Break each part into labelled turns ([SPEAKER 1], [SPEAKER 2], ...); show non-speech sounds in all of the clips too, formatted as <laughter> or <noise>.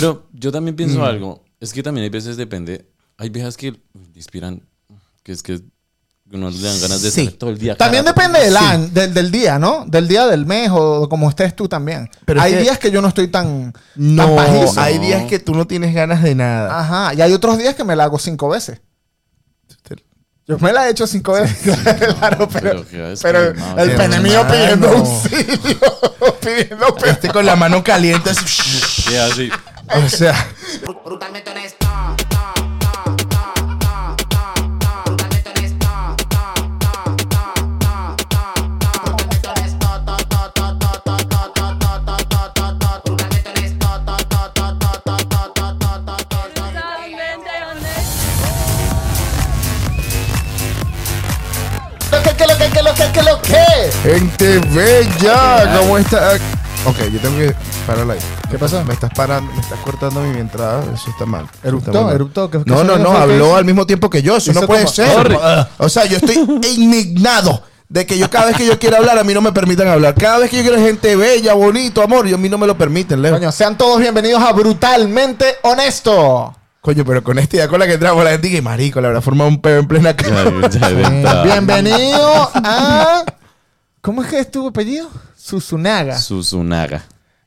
[SPEAKER 1] Pero yo también pienso algo. Es que también hay veces depende. Hay viejas que inspiran, que es que uno le dan ganas de
[SPEAKER 2] Sí.
[SPEAKER 1] estar todo el día.
[SPEAKER 3] También
[SPEAKER 1] cara-
[SPEAKER 3] depende del, an- del, del día, ¿no? Del día del mes o como estés tú también.
[SPEAKER 2] Pero es
[SPEAKER 3] hay
[SPEAKER 2] que-
[SPEAKER 3] días que yo no estoy tan, tan Ah,
[SPEAKER 2] No,
[SPEAKER 3] pajizo.
[SPEAKER 2] hay días que tú no tienes ganas de nada.
[SPEAKER 3] Ajá. Y hay otros días que me la hago cinco veces. Yo me la he hecho cinco veces, <laughs> claro, pero,
[SPEAKER 1] pero qué
[SPEAKER 3] pero
[SPEAKER 1] despeinado,
[SPEAKER 2] <laughs>
[SPEAKER 3] el
[SPEAKER 1] qué
[SPEAKER 3] pene mío
[SPEAKER 2] hermano. <laughs>
[SPEAKER 3] pidiendo auxilio, pidiendo perdón.
[SPEAKER 2] Este con la mano caliente. <laughs> así,
[SPEAKER 1] Sí, así.
[SPEAKER 2] o sea.
[SPEAKER 4] Bru- Brutalmente honesto. ta, ta, ta, ta, ta, ta. Brutalmente honesto. ta, ta, ta, ta, ta, ta. Brutalmente honesto. ta, ta, ta, ta, ta, ta, ta, ta, ta, ta, ta, ta. Brutalmente honesto. ta, ta, ta, ta, ta, ta, ta, ta, ta, ta, ta.
[SPEAKER 3] Lo que, que lo que, que lo que, que lo que.
[SPEAKER 2] Gente bella, ¿cómo está? Ok, yo tengo que pararla ahí.
[SPEAKER 3] ¿Qué pasó?
[SPEAKER 2] Me estás parando, me estás cortando mi entrada, eso está mal.
[SPEAKER 3] Eruptó,
[SPEAKER 2] Está muy mal.
[SPEAKER 3] eruptó, ¿qué- qué
[SPEAKER 2] No, no,
[SPEAKER 3] sonido
[SPEAKER 2] no,
[SPEAKER 3] fue que
[SPEAKER 2] habló
[SPEAKER 3] hizo?
[SPEAKER 2] al mismo tiempo que yo, eso
[SPEAKER 3] Hizo
[SPEAKER 2] no puede
[SPEAKER 3] como-
[SPEAKER 2] ser. O sea, yo
[SPEAKER 3] <laughs>
[SPEAKER 2] estoy indignado de que yo cada vez que yo quiera hablar, a mí no me permitan hablar. Cada vez que yo quiero gente bella, bonito, amor, yo a mí no me lo permiten, Leo. Coño,
[SPEAKER 3] Coño, sean todos bienvenidos a Brutalmente Honesto.
[SPEAKER 2] pero con esta idea con la que entramos, la gente dice, marico, la habrá formado un peo en plena
[SPEAKER 1] Ya,
[SPEAKER 2] cara.
[SPEAKER 1] ya, de verdad.
[SPEAKER 3] Bienvenido a. ¿Cómo es que es tu apellido? Susunaga.
[SPEAKER 1] Susunaga.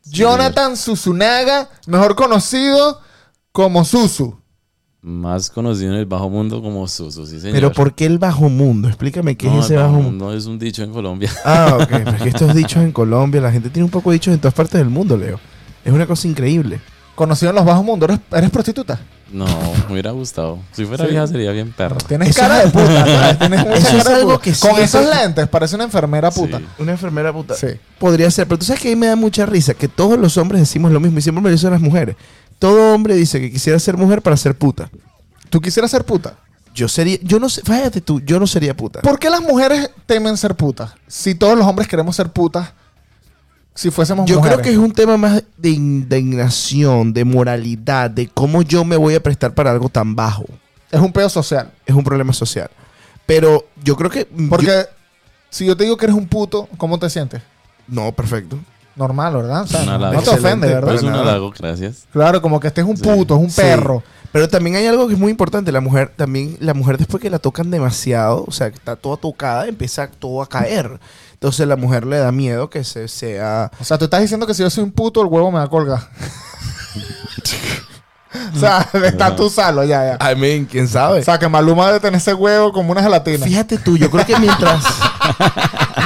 [SPEAKER 3] Jonathan Susunaga, mejor conocido como Susu.
[SPEAKER 1] Más conocido en el bajo mundo como Susu, sí, señor.
[SPEAKER 2] <laughs> Pero ¿por qué el bajo mundo? Explícame qué
[SPEAKER 1] No,
[SPEAKER 2] es ese
[SPEAKER 1] el
[SPEAKER 2] bajo mundo.
[SPEAKER 1] mundo es un dicho en Colombia. <laughs>
[SPEAKER 2] Ah, ok. Pero es que estos dichos en Colombia, la gente tiene un poco de dichos en todas partes del mundo, Leo. Es una cosa increíble.
[SPEAKER 3] Conocido en los bajos mundos. ¿Eres, eres prostituta?
[SPEAKER 1] No, me hubiera gustado. Si fuera
[SPEAKER 3] Sí.
[SPEAKER 1] vieja sería bien perra.
[SPEAKER 3] Tienes
[SPEAKER 2] Eso
[SPEAKER 3] cara
[SPEAKER 2] es-
[SPEAKER 3] de puta. ¿sabes? Tienes mucha
[SPEAKER 2] Eso es
[SPEAKER 3] cara de
[SPEAKER 2] algo
[SPEAKER 3] puta.
[SPEAKER 2] que
[SPEAKER 3] Con
[SPEAKER 2] siempre-
[SPEAKER 3] esos lentes parece una enfermera puta.
[SPEAKER 1] Sí.
[SPEAKER 2] Una enfermera puta.
[SPEAKER 3] Sí.
[SPEAKER 2] Podría ser, pero tú sabes que ahí me da mucha risa que todos los hombres decimos lo mismo y siempre me lo dicen las mujeres. Todo hombre dice que quisiera ser mujer para ser puta.
[SPEAKER 3] ¿Tú quisieras ser puta?
[SPEAKER 2] Yo sería, yo no sé, fíjate tú, yo no sería puta.
[SPEAKER 3] ¿Por qué las mujeres temen ser putas? Si todos los hombres queremos ser putas, si fuésemos
[SPEAKER 2] Yo
[SPEAKER 3] mujeres.
[SPEAKER 2] creo que es un tema más de indignación, de moralidad, de cómo yo me voy a prestar para algo tan bajo.
[SPEAKER 3] es un pedo social.
[SPEAKER 2] Es un problema social. Pero yo creo que. mm,
[SPEAKER 3] Porque
[SPEAKER 2] yo-
[SPEAKER 3] si yo te digo que eres un puto, ¿cómo te sientes?
[SPEAKER 2] no, perfecto.
[SPEAKER 3] Normal, ¿verdad? O sea,
[SPEAKER 1] Un
[SPEAKER 3] no,
[SPEAKER 1] halago.
[SPEAKER 3] te ofende,
[SPEAKER 2] Excelente,
[SPEAKER 3] ¿verdad?
[SPEAKER 1] Es un
[SPEAKER 2] nada.
[SPEAKER 1] halago, Pues, gracias.
[SPEAKER 3] Claro, como que este es un puto, es un
[SPEAKER 2] Pues Sí.
[SPEAKER 3] perro.
[SPEAKER 2] Pero también hay algo que es muy importante. La mujer también, la mujer después que la tocan demasiado, o sea, que está toda tocada, empieza todo a caer. Entonces la mujer le da miedo que se sea...
[SPEAKER 3] O sea, tú estás diciendo que si yo soy un puto, el huevo me va a colgar. <laughs> o sea, está tú salo, ya, ya.
[SPEAKER 2] I mean, quién
[SPEAKER 3] O
[SPEAKER 2] sabe.
[SPEAKER 3] sea, que Maluma debe tener ese huevo como una gelatina.
[SPEAKER 2] Fíjate tú, yo creo que
[SPEAKER 3] <laughs>
[SPEAKER 2] mientras...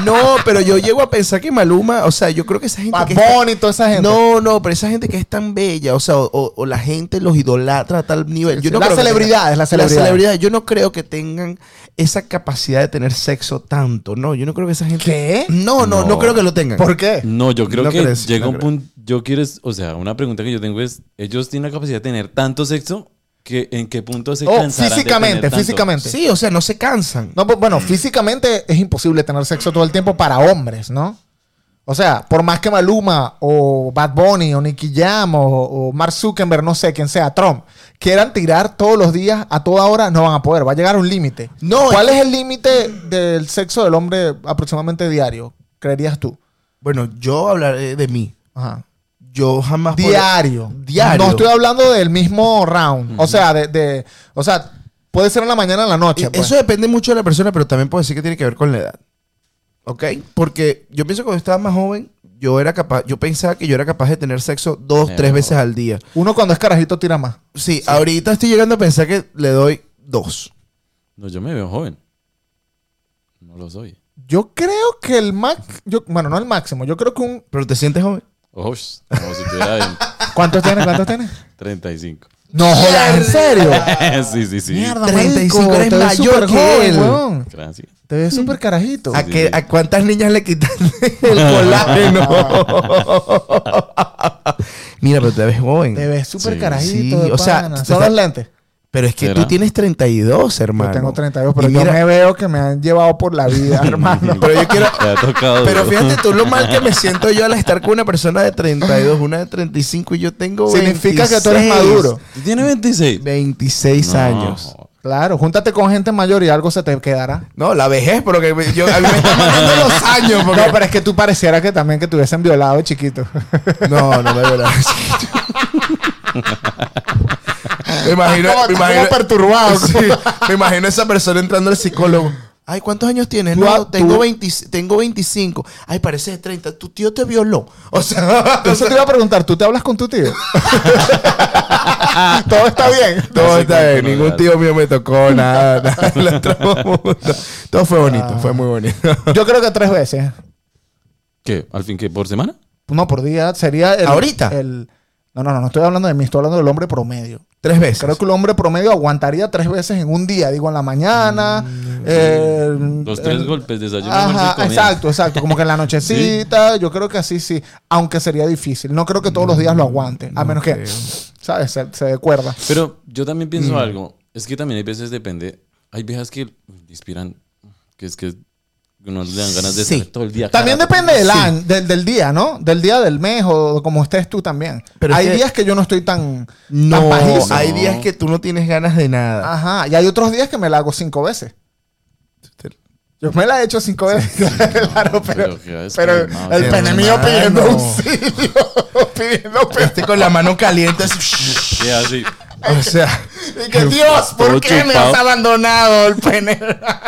[SPEAKER 2] No, pero yo llego a pensar que Maluma, o sea, yo creo que esa gente...
[SPEAKER 3] Bad
[SPEAKER 2] que está-
[SPEAKER 3] Bunny, toda esa gente.
[SPEAKER 2] No, no, pero esa gente que es tan bella, o sea, o, o- o la gente los idolatra a tal nivel.
[SPEAKER 3] Sí,
[SPEAKER 2] Yo
[SPEAKER 3] sí.
[SPEAKER 2] no
[SPEAKER 3] Las
[SPEAKER 2] creo que
[SPEAKER 3] celebridades, las celebridades.
[SPEAKER 2] celebridades, yo no creo que tengan esa capacidad de tener sexo tanto, no, yo no creo que esa gente...
[SPEAKER 3] ¿Qué?
[SPEAKER 2] No, no, no,
[SPEAKER 1] No.
[SPEAKER 2] creo que lo tengan.
[SPEAKER 3] ¿Por qué?
[SPEAKER 1] No, yo creo
[SPEAKER 2] No
[SPEAKER 1] que
[SPEAKER 2] crees,
[SPEAKER 1] llega
[SPEAKER 2] no
[SPEAKER 1] un
[SPEAKER 2] crees.
[SPEAKER 1] punto. Yo quiero, es- o sea, una pregunta que yo tengo es: ¿ellos tienen la capacidad de tener tanto sexo? que ¿En qué punto se
[SPEAKER 3] Oh,
[SPEAKER 1] cansarán de
[SPEAKER 3] físicamente,
[SPEAKER 1] tener tanto?
[SPEAKER 3] físicamente.
[SPEAKER 2] Sí, o sea, no se cansan.
[SPEAKER 3] No, pues, bueno, físicamente es imposible tener sexo todo el tiempo para hombres, ¿no? O sea, por más que Maluma o Bad Bunny o Nicky Jam o, o Mark Zuckerberg, no sé quién sea, Trump, quieran tirar todos los días a toda hora, no van a poder. Va a llegar un límite.
[SPEAKER 2] No,
[SPEAKER 3] ¿Cuál
[SPEAKER 2] es-
[SPEAKER 3] es el límite del sexo del hombre aproximadamente diario? ¿Creerías tú?
[SPEAKER 2] Bueno, yo hablaré de mí.
[SPEAKER 3] Ajá.
[SPEAKER 2] Yo jamás... podré-
[SPEAKER 3] Diario.
[SPEAKER 2] Diario.
[SPEAKER 3] No estoy hablando del mismo round. O sea, de, de- O sea, puede ser en la mañana o en la
[SPEAKER 2] Y
[SPEAKER 3] noche. pues.
[SPEAKER 2] Eh, Eso depende mucho de la persona, pero también puedo decir que tiene que ver con la edad. ¿Ok? Porque yo pienso que cuando estaba más joven, yo era capaz, yo pensaba que yo era capaz de tener sexo dos,
[SPEAKER 1] Eh,
[SPEAKER 2] tres
[SPEAKER 1] no.
[SPEAKER 2] veces al día.
[SPEAKER 3] Uno cuando es carajito tira más.
[SPEAKER 2] Sí, ahorita estoy llegando a pensar que le doy dos.
[SPEAKER 1] No, yo me veo joven. No lo soy.
[SPEAKER 3] Yo creo que el max, yo, bueno, no el máximo, yo creo que un...
[SPEAKER 2] ¿Pero te sientes joven?
[SPEAKER 1] Oh, sh- como si tuviera en
[SPEAKER 2] <laughs>
[SPEAKER 3] ¿Cuántos tienes? ¿Cuántos tienes?
[SPEAKER 1] 35.
[SPEAKER 3] <laughs> No jodas, ¿en serio?
[SPEAKER 1] <laughs> sí, sí, sí.
[SPEAKER 3] Mierda,
[SPEAKER 2] 35
[SPEAKER 3] marico,
[SPEAKER 2] eres
[SPEAKER 3] te ves
[SPEAKER 2] mayor
[SPEAKER 3] súper
[SPEAKER 2] que
[SPEAKER 3] joven,
[SPEAKER 2] él. Ah,
[SPEAKER 3] weón.
[SPEAKER 1] Gracias.
[SPEAKER 3] Te ves súper carajito.
[SPEAKER 2] ¿A,
[SPEAKER 1] Sí,
[SPEAKER 2] qué-
[SPEAKER 1] sí.
[SPEAKER 2] ¿A cuántas niñas le quitan <laughs> el
[SPEAKER 1] <laughs>
[SPEAKER 2] colágeno? Mira, pero te ves joven.
[SPEAKER 3] Te ves súper
[SPEAKER 1] Sí.
[SPEAKER 3] carajito.
[SPEAKER 2] Sí,
[SPEAKER 3] de
[SPEAKER 2] o sea,
[SPEAKER 3] pana.
[SPEAKER 2] tú te
[SPEAKER 3] son
[SPEAKER 2] estás-
[SPEAKER 3] los lentes.
[SPEAKER 2] Pero es que tú
[SPEAKER 1] ¿Será?
[SPEAKER 2] tienes 32, hermano.
[SPEAKER 3] Yo tengo 32, pero
[SPEAKER 2] Y
[SPEAKER 3] yo
[SPEAKER 2] mira-
[SPEAKER 3] me veo que me han llevado por la vida,
[SPEAKER 2] <laughs>
[SPEAKER 3] <laughs> hermano.
[SPEAKER 2] Pero
[SPEAKER 1] <laughs>
[SPEAKER 2] yo quiero...
[SPEAKER 1] Te ha tocado.
[SPEAKER 2] Pero
[SPEAKER 1] duro. <laughs>
[SPEAKER 2] fíjate tú lo mal que me siento yo al estar con una persona de 32, una de 35 y yo tengo
[SPEAKER 3] Significa que tú eres maduro.
[SPEAKER 1] Tú tienes 26.
[SPEAKER 2] 26
[SPEAKER 1] No,
[SPEAKER 2] años.
[SPEAKER 3] Claro, júntate con gente mayor y algo se te quedará.
[SPEAKER 2] No, la vejez, pero que me- yo, a mí me están matando
[SPEAKER 1] <laughs>
[SPEAKER 2] los años.
[SPEAKER 3] No,
[SPEAKER 2] porque-
[SPEAKER 3] pero es que tú pareciera que también que te hubiesen violado de chiquito.
[SPEAKER 2] No, no me viola. Me imagino,
[SPEAKER 3] Estás como-
[SPEAKER 2] me
[SPEAKER 3] estás
[SPEAKER 2] imagino-
[SPEAKER 3] como perturbado.
[SPEAKER 2] Sí, me imagino esa persona entrando al psicólogo. Ay, ¿cuántos años tienes?
[SPEAKER 3] Tú
[SPEAKER 2] No,
[SPEAKER 3] a-
[SPEAKER 2] tengo,
[SPEAKER 3] tú-
[SPEAKER 2] 20 tengo 25. Ay, parece de 30. Tu tío te violó. O sea,
[SPEAKER 3] Eso te iba a preguntar, ¿tú te hablas con tu tío? <laughs> Todo está bien.
[SPEAKER 2] <laughs> todo está bien.
[SPEAKER 1] no,
[SPEAKER 2] Ningún
[SPEAKER 1] nada.
[SPEAKER 2] tío mío me tocó nada. nada <laughs> del otro mundo. Todo fue bonito,
[SPEAKER 3] Ah.
[SPEAKER 2] fue muy bonito.
[SPEAKER 3] Yo creo que tres veces.
[SPEAKER 1] ¿Qué? ¿Al fin qué? ¿Por semana?
[SPEAKER 3] No, por día sería el.
[SPEAKER 2] ¿Ahorita?
[SPEAKER 3] el- no, no, no, no estoy hablando de mí, estoy hablando del hombre promedio.
[SPEAKER 2] Tres veces.
[SPEAKER 3] Creo que el hombre promedio aguantaría tres veces en un día, digo en la mañana.
[SPEAKER 2] Mm,
[SPEAKER 3] el-
[SPEAKER 1] Los
[SPEAKER 2] Eh,
[SPEAKER 1] tres
[SPEAKER 3] el-
[SPEAKER 1] golpes, desayuno, almuerzo y
[SPEAKER 3] Ajá,
[SPEAKER 1] comida.
[SPEAKER 3] exacto, exacto. Como
[SPEAKER 2] <laughs>
[SPEAKER 3] que en la nochecita, yo creo que así sí. Aunque sería difícil. No creo que todos los días lo aguante. A menos que,
[SPEAKER 2] creo.
[SPEAKER 3] ¿sabes? Se, se dé cuerda.
[SPEAKER 1] Pero yo también pienso
[SPEAKER 3] Mm.
[SPEAKER 1] algo. Es que también hay veces depende. Hay viejas que inspiran. Que es que uno le dan ganas de
[SPEAKER 2] Sí.
[SPEAKER 1] estar todo el día.
[SPEAKER 3] También
[SPEAKER 1] cara-
[SPEAKER 3] depende del, año, del, del día, ¿no? Del día, del mes o como estés tú también.
[SPEAKER 2] Pero es
[SPEAKER 3] hay
[SPEAKER 2] que-
[SPEAKER 3] días que yo no estoy tan, tan
[SPEAKER 2] No,
[SPEAKER 3] pajizo.
[SPEAKER 2] hay
[SPEAKER 1] No.
[SPEAKER 2] días que tú no tienes ganas de nada.
[SPEAKER 3] Ajá. Y hay otros días que me la hago cinco veces. Yo me la he hecho cinco veces,
[SPEAKER 2] <laughs>
[SPEAKER 3] <laughs> claro, pero,
[SPEAKER 1] pero que es
[SPEAKER 3] pero
[SPEAKER 1] calmado,
[SPEAKER 3] el
[SPEAKER 1] pero
[SPEAKER 3] pene mío
[SPEAKER 2] hermano.
[SPEAKER 3] pidiendo auxilio, <laughs> pidiendo perdón.
[SPEAKER 2] Este con la mano caliente. así,
[SPEAKER 1] Sí,
[SPEAKER 3] <laughs>
[SPEAKER 1] así.
[SPEAKER 2] o sea,
[SPEAKER 3] Y que Dios,
[SPEAKER 1] Todo
[SPEAKER 3] ¿por qué me
[SPEAKER 1] chupado.
[SPEAKER 3] has abandonado el pene?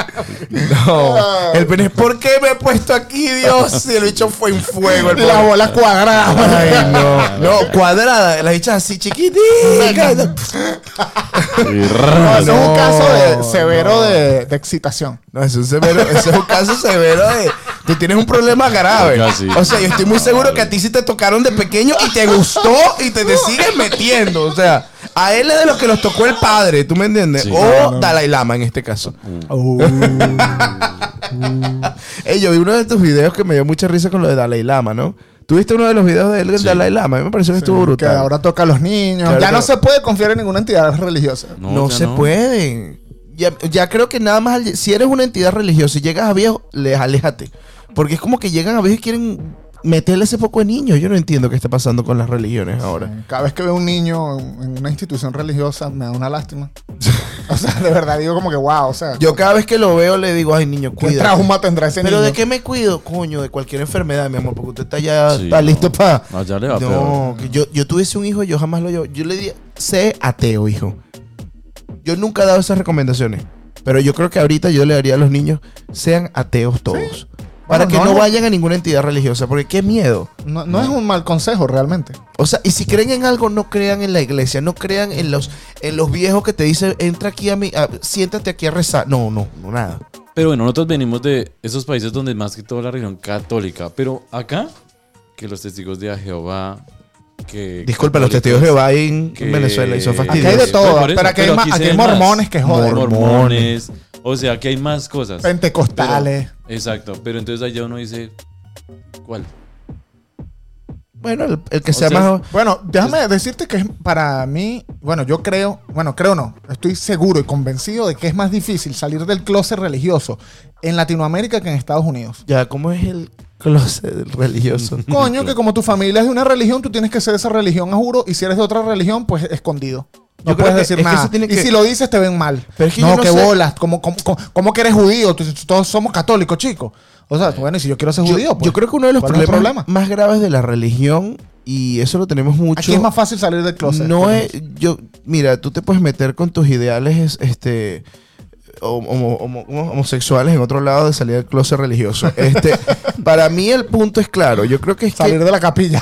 [SPEAKER 2] <laughs> no. El pene, ¿por qué me he puesto aquí, Dios? Y el bicho fue en fuego. El
[SPEAKER 3] La
[SPEAKER 2] pobre.
[SPEAKER 3] bola cuadrada.
[SPEAKER 2] Ay, no.
[SPEAKER 1] <laughs>
[SPEAKER 2] No, cuadrada. La bicha así chiquitita.
[SPEAKER 1] Y
[SPEAKER 3] No, ese <laughs> es
[SPEAKER 2] No,
[SPEAKER 3] un caso de- severo
[SPEAKER 2] no.
[SPEAKER 3] de, de excitación.
[SPEAKER 2] No, eso es, severo, eso es un caso severo de... Tú tienes un problema grave.
[SPEAKER 1] Casi.
[SPEAKER 2] O sea, yo estoy muy seguro que a ti sí te tocaron de pequeño y te gustó y te, te sigues metiendo. O sea, a él es de los que los tocó el padre, ¿tú me entiendes?
[SPEAKER 1] Sí.
[SPEAKER 2] O Dalai Lama en este caso.
[SPEAKER 1] Mm.
[SPEAKER 2] <laughs> Ey, yo vi uno de tus videos que me dio mucha risa con lo de Dalai Lama, ¿no? ¿Tuviste uno de los videos de él del
[SPEAKER 1] Sí.
[SPEAKER 2] Dalai Lama? A mí me pareció que estuvo
[SPEAKER 3] Que
[SPEAKER 2] brutal.
[SPEAKER 3] ahora toca a los niños.
[SPEAKER 2] Claro,
[SPEAKER 3] ya no
[SPEAKER 2] claro.
[SPEAKER 3] se puede confiar en ninguna entidad religiosa.
[SPEAKER 2] No,
[SPEAKER 1] ya
[SPEAKER 2] se pueden. Ya, ya creo que nada más, al- si eres una entidad religiosa y llegas a viejo, le- aléjate. Porque es como que llegan a viejos y quieren meterle ese poco de niños. Yo no entiendo qué está pasando con las religiones ahora.
[SPEAKER 3] Eh, Cada vez que veo un niño en en una institución religiosa, me da una lástima. <laughs> o sea, de verdad digo como que wow, o sea,
[SPEAKER 2] Yo cada vez que lo veo le digo, ay niño,
[SPEAKER 3] ¿qué
[SPEAKER 2] cuida.
[SPEAKER 3] trauma tendrá ese
[SPEAKER 2] Pero
[SPEAKER 3] niño?
[SPEAKER 2] de qué me cuido, coño, de cualquier enfermedad, mi amor, porque usted está ya
[SPEAKER 1] Sí, no.
[SPEAKER 2] está listo para...
[SPEAKER 1] Allá le va Ah, peor.
[SPEAKER 2] No, que yo, yo tuviese un hijo, yo jamás lo llevo. Yo le diría, sé ateo, hijo. Yo nunca he dado esas recomendaciones. Pero yo creo que ahorita yo le daría a los niños, sean ateos todos. Para
[SPEAKER 3] Bueno,
[SPEAKER 2] que
[SPEAKER 3] no,
[SPEAKER 2] no,
[SPEAKER 3] no.
[SPEAKER 2] vayan a ninguna entidad religiosa, porque qué miedo.
[SPEAKER 3] No, no es un mal consejo realmente.
[SPEAKER 2] O sea, y si creen en algo, no crean en la iglesia, no crean en los, en los viejos que te dicen, entra aquí a mi, a- siéntate aquí a rezar. No, no, no, nada.
[SPEAKER 1] Pero bueno, nosotros venimos de esos países donde más que todo la religión católica. Pero acá, que los testigos de Jehová. Que
[SPEAKER 2] Disculpa,
[SPEAKER 1] católicos,
[SPEAKER 2] los testigos de Jehová ahí en
[SPEAKER 1] que-
[SPEAKER 2] Venezuela y son
[SPEAKER 1] Aquí
[SPEAKER 3] hay de
[SPEAKER 2] fastidiosos.
[SPEAKER 3] todo,
[SPEAKER 1] Pues por eso,
[SPEAKER 3] pero aquí hay ma-
[SPEAKER 1] se
[SPEAKER 3] aquí hay
[SPEAKER 1] ven
[SPEAKER 3] mormones que joden.
[SPEAKER 1] Mormones. O sea, aquí hay más cosas.
[SPEAKER 3] Pentecostales.
[SPEAKER 1] Pero- exacto, pero entonces allá uno dice, ¿cuál?
[SPEAKER 2] Bueno, el, el que
[SPEAKER 1] O
[SPEAKER 2] sea
[SPEAKER 1] sea,
[SPEAKER 2] más...
[SPEAKER 3] Bueno, déjame decirte que es para mí, bueno, yo creo, bueno, creo no, estoy seguro y convencido de que es más difícil salir del closet religioso en Latinoamérica que en Estados Unidos.
[SPEAKER 2] Ya, ¿cómo es el closet del religioso?
[SPEAKER 1] <laughs>
[SPEAKER 3] Coño, que como tu familia es de una religión, tú tienes que ser esa religión, a juro, y si eres de otra religión, pues escondido. No
[SPEAKER 2] Yo creo
[SPEAKER 3] puedes
[SPEAKER 2] que-
[SPEAKER 3] decir
[SPEAKER 2] es que
[SPEAKER 3] nada.
[SPEAKER 2] eso tiene
[SPEAKER 3] Y
[SPEAKER 2] que-
[SPEAKER 3] si lo dices, te ven mal.
[SPEAKER 2] Pero es que
[SPEAKER 3] no,
[SPEAKER 2] yo no
[SPEAKER 3] que
[SPEAKER 2] sé-
[SPEAKER 3] bolas. ¿Cómo, cómo, cómo- cómo que eres judío? Tú- Todos somos católicos, chicos. O sea, bueno, y si yo quiero ser
[SPEAKER 2] yo,
[SPEAKER 3] judío, pues,
[SPEAKER 2] yo creo que uno de los
[SPEAKER 3] ¿cuál es el
[SPEAKER 2] problemas más graves de la religión, y eso lo tenemos mucho.
[SPEAKER 3] Aquí es más fácil salir del closet. pues,
[SPEAKER 2] No
[SPEAKER 3] Pero-
[SPEAKER 2] es. Yo, mira, tú te puedes meter con tus ideales este, homo- homo- homo- homosexuales en otro lado de salir del closet religioso.
[SPEAKER 3] <laughs>
[SPEAKER 2] Este, para mí el punto es claro. Yo creo que es que
[SPEAKER 3] Salir de
[SPEAKER 2] <laughs>
[SPEAKER 3] la capilla.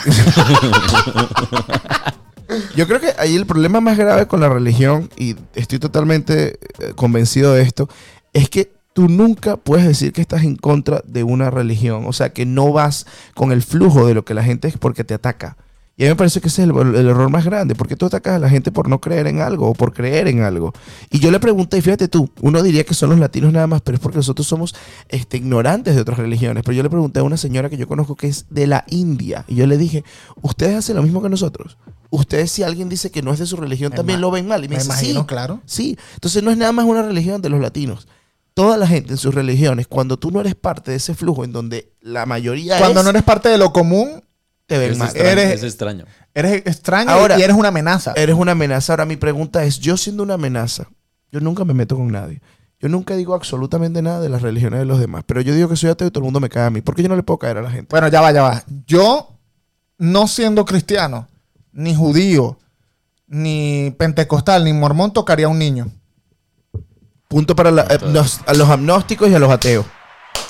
[SPEAKER 2] Yo creo que ahí el problema más grave con la religión, y estoy totalmente eh, convencido de esto, es que tú nunca puedes decir que estás en contra de una religión. O sea, que no vas con el flujo de lo que la gente es porque te ataca. Y a mí me parece que ese es el, el error más grande, porque tú atacas a la gente por no creer en algo o por creer en algo. Y yo le pregunté, y fíjate tú, uno diría que son los latinos nada más, pero es porque nosotros somos este, ignorantes de otras religiones. Pero yo le pregunté a una señora que yo conozco que es de la India, y yo le dije, ¿ustedes hacen lo mismo que nosotros? Ustedes si alguien dice que no es de su
[SPEAKER 3] <laughs>
[SPEAKER 2] religión,
[SPEAKER 3] Me
[SPEAKER 2] también
[SPEAKER 3] ima-
[SPEAKER 2] lo ven mal. Y me,
[SPEAKER 3] me
[SPEAKER 2] dice,
[SPEAKER 3] imagino,
[SPEAKER 2] sí,
[SPEAKER 3] claro.
[SPEAKER 2] Sí, entonces no es nada más una religión de los latinos. Toda la gente en sus religiones, cuando tú no eres parte de ese flujo en donde la mayoría
[SPEAKER 3] Cuando
[SPEAKER 2] es,
[SPEAKER 3] no eres parte de lo común,
[SPEAKER 2] te ven
[SPEAKER 1] Es
[SPEAKER 2] mal.
[SPEAKER 1] extraño,
[SPEAKER 3] eres-
[SPEAKER 1] es extraño.
[SPEAKER 3] eres extraño
[SPEAKER 2] Ahora-
[SPEAKER 3] y eres una amenaza.
[SPEAKER 2] Eres una amenaza. Ahora mi pregunta es, yo siendo una amenaza, yo nunca me meto con nadie. Yo nunca digo absolutamente nada de las religiones de los demás. Pero yo digo que soy ateo y todo el mundo me cae a mí. ¿Por qué yo no le puedo caer a la gente?
[SPEAKER 3] Bueno, ya va, ya va. Yo, no siendo cristiano, ni judío, ni pentecostal, ni mormón tocaría a un niño.
[SPEAKER 2] Punto para la- eh, los- a los agnósticos y a los ateos.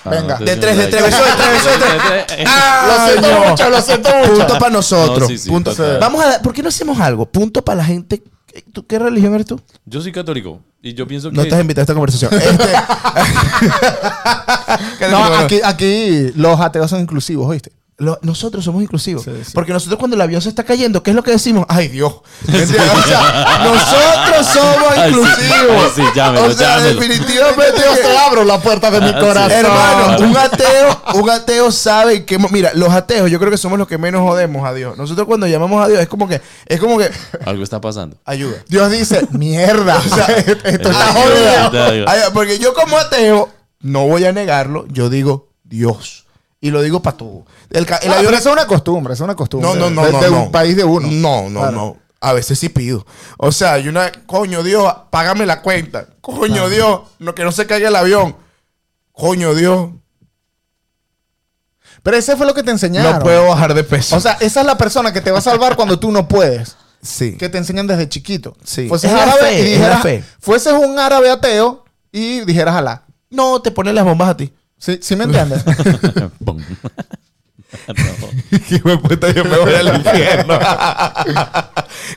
[SPEAKER 3] Venga.
[SPEAKER 2] Ah, De tres, de tres, beso de tres, beso de
[SPEAKER 1] <laughs> tres.
[SPEAKER 2] ¡Ah,
[SPEAKER 3] siento
[SPEAKER 2] no!
[SPEAKER 3] mucho, lo siento mucho.
[SPEAKER 2] Punto para nosotros.
[SPEAKER 1] No, sí, sí,
[SPEAKER 2] Punto-
[SPEAKER 1] total.
[SPEAKER 2] Vamos a dar- ¿Por qué no hacemos algo? Punto para la gente. ¿Qué- ¿Tú, ¿Qué religión eres tú?
[SPEAKER 1] Yo soy católico y yo pienso que.
[SPEAKER 2] No estás invitado a esta conversación. Este-
[SPEAKER 3] No, aquí, aquí los ateos son inclusivos, ¿oíste?
[SPEAKER 2] Lo- nosotros somos inclusivos.
[SPEAKER 3] Sí, sí.
[SPEAKER 2] Porque nosotros cuando el avión se está cayendo, ¿qué es lo que decimos? ¡Ay, Dios! ¿Me entiendes? O
[SPEAKER 1] <laughs>
[SPEAKER 2] sea, nosotros somos
[SPEAKER 1] Ay, sí.
[SPEAKER 2] inclusivos.
[SPEAKER 1] Ay, sí, llámelo,
[SPEAKER 2] o sea,
[SPEAKER 1] llámelo. Ah,
[SPEAKER 2] definitivamente yo te abro la puerta de mi
[SPEAKER 1] corazón.
[SPEAKER 2] Hermano, un ateo, un ateo sabe que... Mira, los ateos yo creo que somos los que menos jodemos a Dios. Nosotros cuando llamamos a Dios es como que... Es como que...
[SPEAKER 1] Algo está
[SPEAKER 2] <laughs>
[SPEAKER 1] pasando. <laughs>
[SPEAKER 2] Ayuda.
[SPEAKER 3] Dios dice, mierda, <laughs> o sea, esto está
[SPEAKER 1] Ay,
[SPEAKER 3] jodido.
[SPEAKER 1] Dios, Dios.
[SPEAKER 2] Ay, porque yo como ateo, no voy a negarlo, yo digo Dios. Y lo digo para tú. El, ca- el
[SPEAKER 3] Ah,
[SPEAKER 2] avión
[SPEAKER 3] pero eso es una costumbre, eso es una costumbre.
[SPEAKER 2] No, no, no.
[SPEAKER 3] De,
[SPEAKER 2] no,
[SPEAKER 3] de
[SPEAKER 2] no.
[SPEAKER 3] un país de uno.
[SPEAKER 2] No, no,
[SPEAKER 3] Claro.
[SPEAKER 2] no. A veces sí pido. O sea, hay una. Coño, Dios, págame la cuenta. Coño, Dios, no, que no se caiga el avión. Coño, Dios.
[SPEAKER 3] Pero ese fue lo que te enseñaron.
[SPEAKER 2] No puedo bajar de peso.
[SPEAKER 3] O sea, esa es la persona que te va a salvar cuando tú no puedes.
[SPEAKER 2] sí.
[SPEAKER 3] Que te enseñan desde chiquito.
[SPEAKER 2] Sí.
[SPEAKER 3] Fueses
[SPEAKER 2] Es la
[SPEAKER 3] árabe
[SPEAKER 2] fe,
[SPEAKER 3] y
[SPEAKER 2] es la
[SPEAKER 3] dijeras,
[SPEAKER 2] fe.
[SPEAKER 3] fueses un árabe ateo y dijeras alá.
[SPEAKER 2] No, te ponen las bombas <laughs> a ti.
[SPEAKER 3] ¿Sí, sí
[SPEAKER 2] <laughs>
[SPEAKER 3] me entiendes?
[SPEAKER 1] Pum.
[SPEAKER 2] Y me puta, yo me voy al
[SPEAKER 3] <laughs>
[SPEAKER 2] infierno.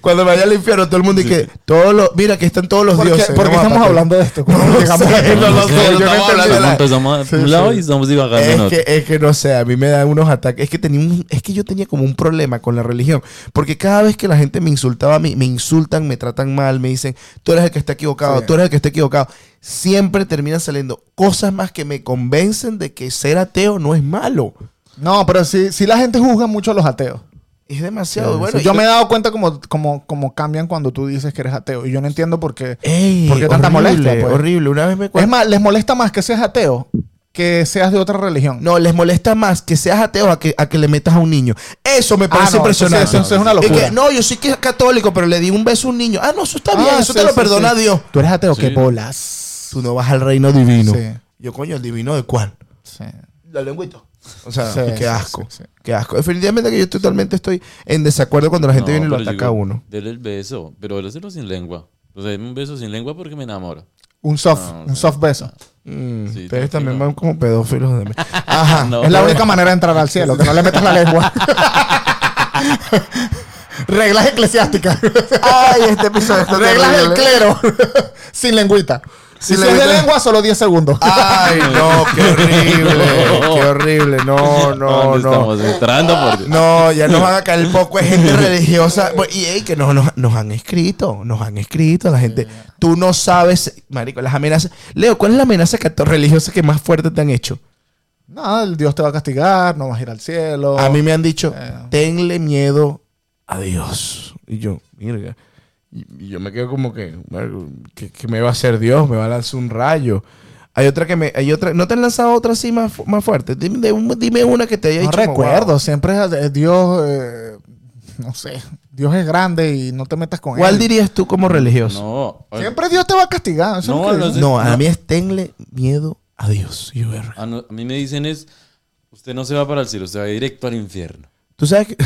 [SPEAKER 2] Cuando me vaya al infierno, todo el mundo y que todos los, mira que están todos los
[SPEAKER 3] ¿Por qué-
[SPEAKER 2] dioses.
[SPEAKER 3] por qué
[SPEAKER 2] No,
[SPEAKER 3] estamos
[SPEAKER 2] papá,
[SPEAKER 3] hablando
[SPEAKER 2] <laughs>
[SPEAKER 3] de esto? ¿Cómo
[SPEAKER 2] No
[SPEAKER 3] llegamos
[SPEAKER 2] sé,
[SPEAKER 3] a esto?
[SPEAKER 2] no lo sé,
[SPEAKER 1] Estamos
[SPEAKER 2] yo no entendí
[SPEAKER 1] hablando,
[SPEAKER 2] la-
[SPEAKER 1] Empezamos
[SPEAKER 3] Sí,
[SPEAKER 1] por un lado
[SPEAKER 3] sí.
[SPEAKER 1] y estamos divagando en
[SPEAKER 2] Es
[SPEAKER 1] otro.
[SPEAKER 2] que, es que no sé, a mí me dan unos ataques. Es que tenía un, es que yo tenía como un problema con la religión. Porque cada vez que la gente me insultaba a mí, me insultan, me tratan mal, me dicen, tú eres el que está equivocado,
[SPEAKER 3] Sí.
[SPEAKER 2] tú eres el que está equivocado. Siempre terminan saliendo cosas más que me convencen de que ser ateo no es malo.
[SPEAKER 3] no, pero sí, sí la gente juzga mucho a los ateos.
[SPEAKER 2] Es demasiado bueno.
[SPEAKER 3] Sí,
[SPEAKER 2] y
[SPEAKER 3] yo
[SPEAKER 2] lo-
[SPEAKER 3] me he dado cuenta como, como, como cambian cuando tú dices que eres ateo. Y yo no entiendo por qué.
[SPEAKER 1] Eh,
[SPEAKER 2] Ey,
[SPEAKER 3] ¿Por qué tanta
[SPEAKER 2] horrible,
[SPEAKER 3] molestia, pues?
[SPEAKER 2] Horrible. Una vez me
[SPEAKER 3] Es
[SPEAKER 2] cuento.
[SPEAKER 3] más, les molesta más que seas ateo que seas de otra religión.
[SPEAKER 2] No, les molesta más que seas ateo a que, a que le metas a un niño. Eso me parece
[SPEAKER 3] Ah, no,
[SPEAKER 2] impresionante.
[SPEAKER 3] entonces eso es una
[SPEAKER 2] Y
[SPEAKER 3] locura.
[SPEAKER 2] que, no, yo soy que es católico, pero le di un beso a un niño. Ah, no, eso está bien,
[SPEAKER 3] Ah,
[SPEAKER 2] eso
[SPEAKER 3] sí,
[SPEAKER 2] te lo
[SPEAKER 3] sí,
[SPEAKER 2] perdona
[SPEAKER 3] sí.
[SPEAKER 2] Dios.
[SPEAKER 3] Tú eres ateo,
[SPEAKER 1] Sí.
[SPEAKER 3] qué bolas.
[SPEAKER 2] Tú no vas al reino divino.
[SPEAKER 3] Sí.
[SPEAKER 2] Yo, coño, ¿el divino de cuál?
[SPEAKER 3] Sí.
[SPEAKER 2] La lengüita. O sea,
[SPEAKER 3] Sí, Ah, sí,
[SPEAKER 2] qué asco.
[SPEAKER 3] sí, sí.
[SPEAKER 2] Qué asco. Definitivamente que yo totalmente estoy en desacuerdo cuando la gente
[SPEAKER 1] No,
[SPEAKER 2] viene y lo
[SPEAKER 1] pero yo
[SPEAKER 2] ataca a
[SPEAKER 1] digo,
[SPEAKER 2] uno.
[SPEAKER 1] Dele el beso, pero déleselo sin lengua. O sea, deme un beso sin lengua porque me enamora.
[SPEAKER 3] Un soft,
[SPEAKER 1] No,
[SPEAKER 3] un soft beso.
[SPEAKER 2] Mm,
[SPEAKER 1] Sí,
[SPEAKER 2] ustedes
[SPEAKER 1] tranquilo. <laughs>
[SPEAKER 2] también van como pedófilos de mí. Ajá.
[SPEAKER 1] No,
[SPEAKER 3] es la
[SPEAKER 1] pero-
[SPEAKER 3] única manera de entrar al cielo, que no le metas la
[SPEAKER 1] <laughs>
[SPEAKER 3] lengua. Reglas <laughs> eclesiásticas.
[SPEAKER 2] Ay, este episodio está
[SPEAKER 3] Reglas del
[SPEAKER 2] terrible.
[SPEAKER 3] clero.
[SPEAKER 2] <laughs>
[SPEAKER 3] Sin lengüita.
[SPEAKER 2] Sin
[SPEAKER 3] si es de
[SPEAKER 2] lengüita.
[SPEAKER 3] lengua, solo 10 segundos.
[SPEAKER 1] Ah,
[SPEAKER 2] Ay,
[SPEAKER 1] <laughs>
[SPEAKER 2] no, qué horrible. qué horrible. No, no,
[SPEAKER 1] ¿Dónde
[SPEAKER 2] no.
[SPEAKER 1] Estamos entrando por
[SPEAKER 2] <laughs> No, ya nos van a caer poco de gente religiosa. Bueno, Y ey, que nos, nos, nos han escrito, nos han escrito la gente. Tú no sabes, marico, las amenazas. Leo, ¿cuál es la amenaza que- religiosa que más fuerte te han hecho?
[SPEAKER 3] No, el Dios te va a castigar, no vas a ir al cielo.
[SPEAKER 2] A mí me han dicho,
[SPEAKER 3] Eh.
[SPEAKER 2] tenle miedo a Dios. Y yo, mira. Y y yo me quedo como que, "Marico, ¿qué, qué me va a hacer Dios? Me va a lanzar un rayo. Hay otra que me, hay otra, ¿no te han lanzado otra así más, fu- más fuerte? Dime, de un- dime una que te haya
[SPEAKER 3] no
[SPEAKER 2] dicho. como,
[SPEAKER 3] recuerdo,
[SPEAKER 2] "Wow".
[SPEAKER 3] siempre es- es Dios, eh, no sé, Dios es grande y no te metas con
[SPEAKER 2] ¿Cuál
[SPEAKER 3] él.
[SPEAKER 2] dirías tú como
[SPEAKER 1] No.
[SPEAKER 2] religioso?
[SPEAKER 3] Siempre Dios te va a castigar. eso es
[SPEAKER 1] No,
[SPEAKER 3] lo que
[SPEAKER 1] no
[SPEAKER 3] dice.
[SPEAKER 1] sé.
[SPEAKER 2] No, a mí es tenle miedo a Dios. Y yo, verga.
[SPEAKER 1] A, no- a mí me dicen es, usted no se va para el cielo, usted va directo al infierno.
[SPEAKER 2] <laughs> Tú sabes que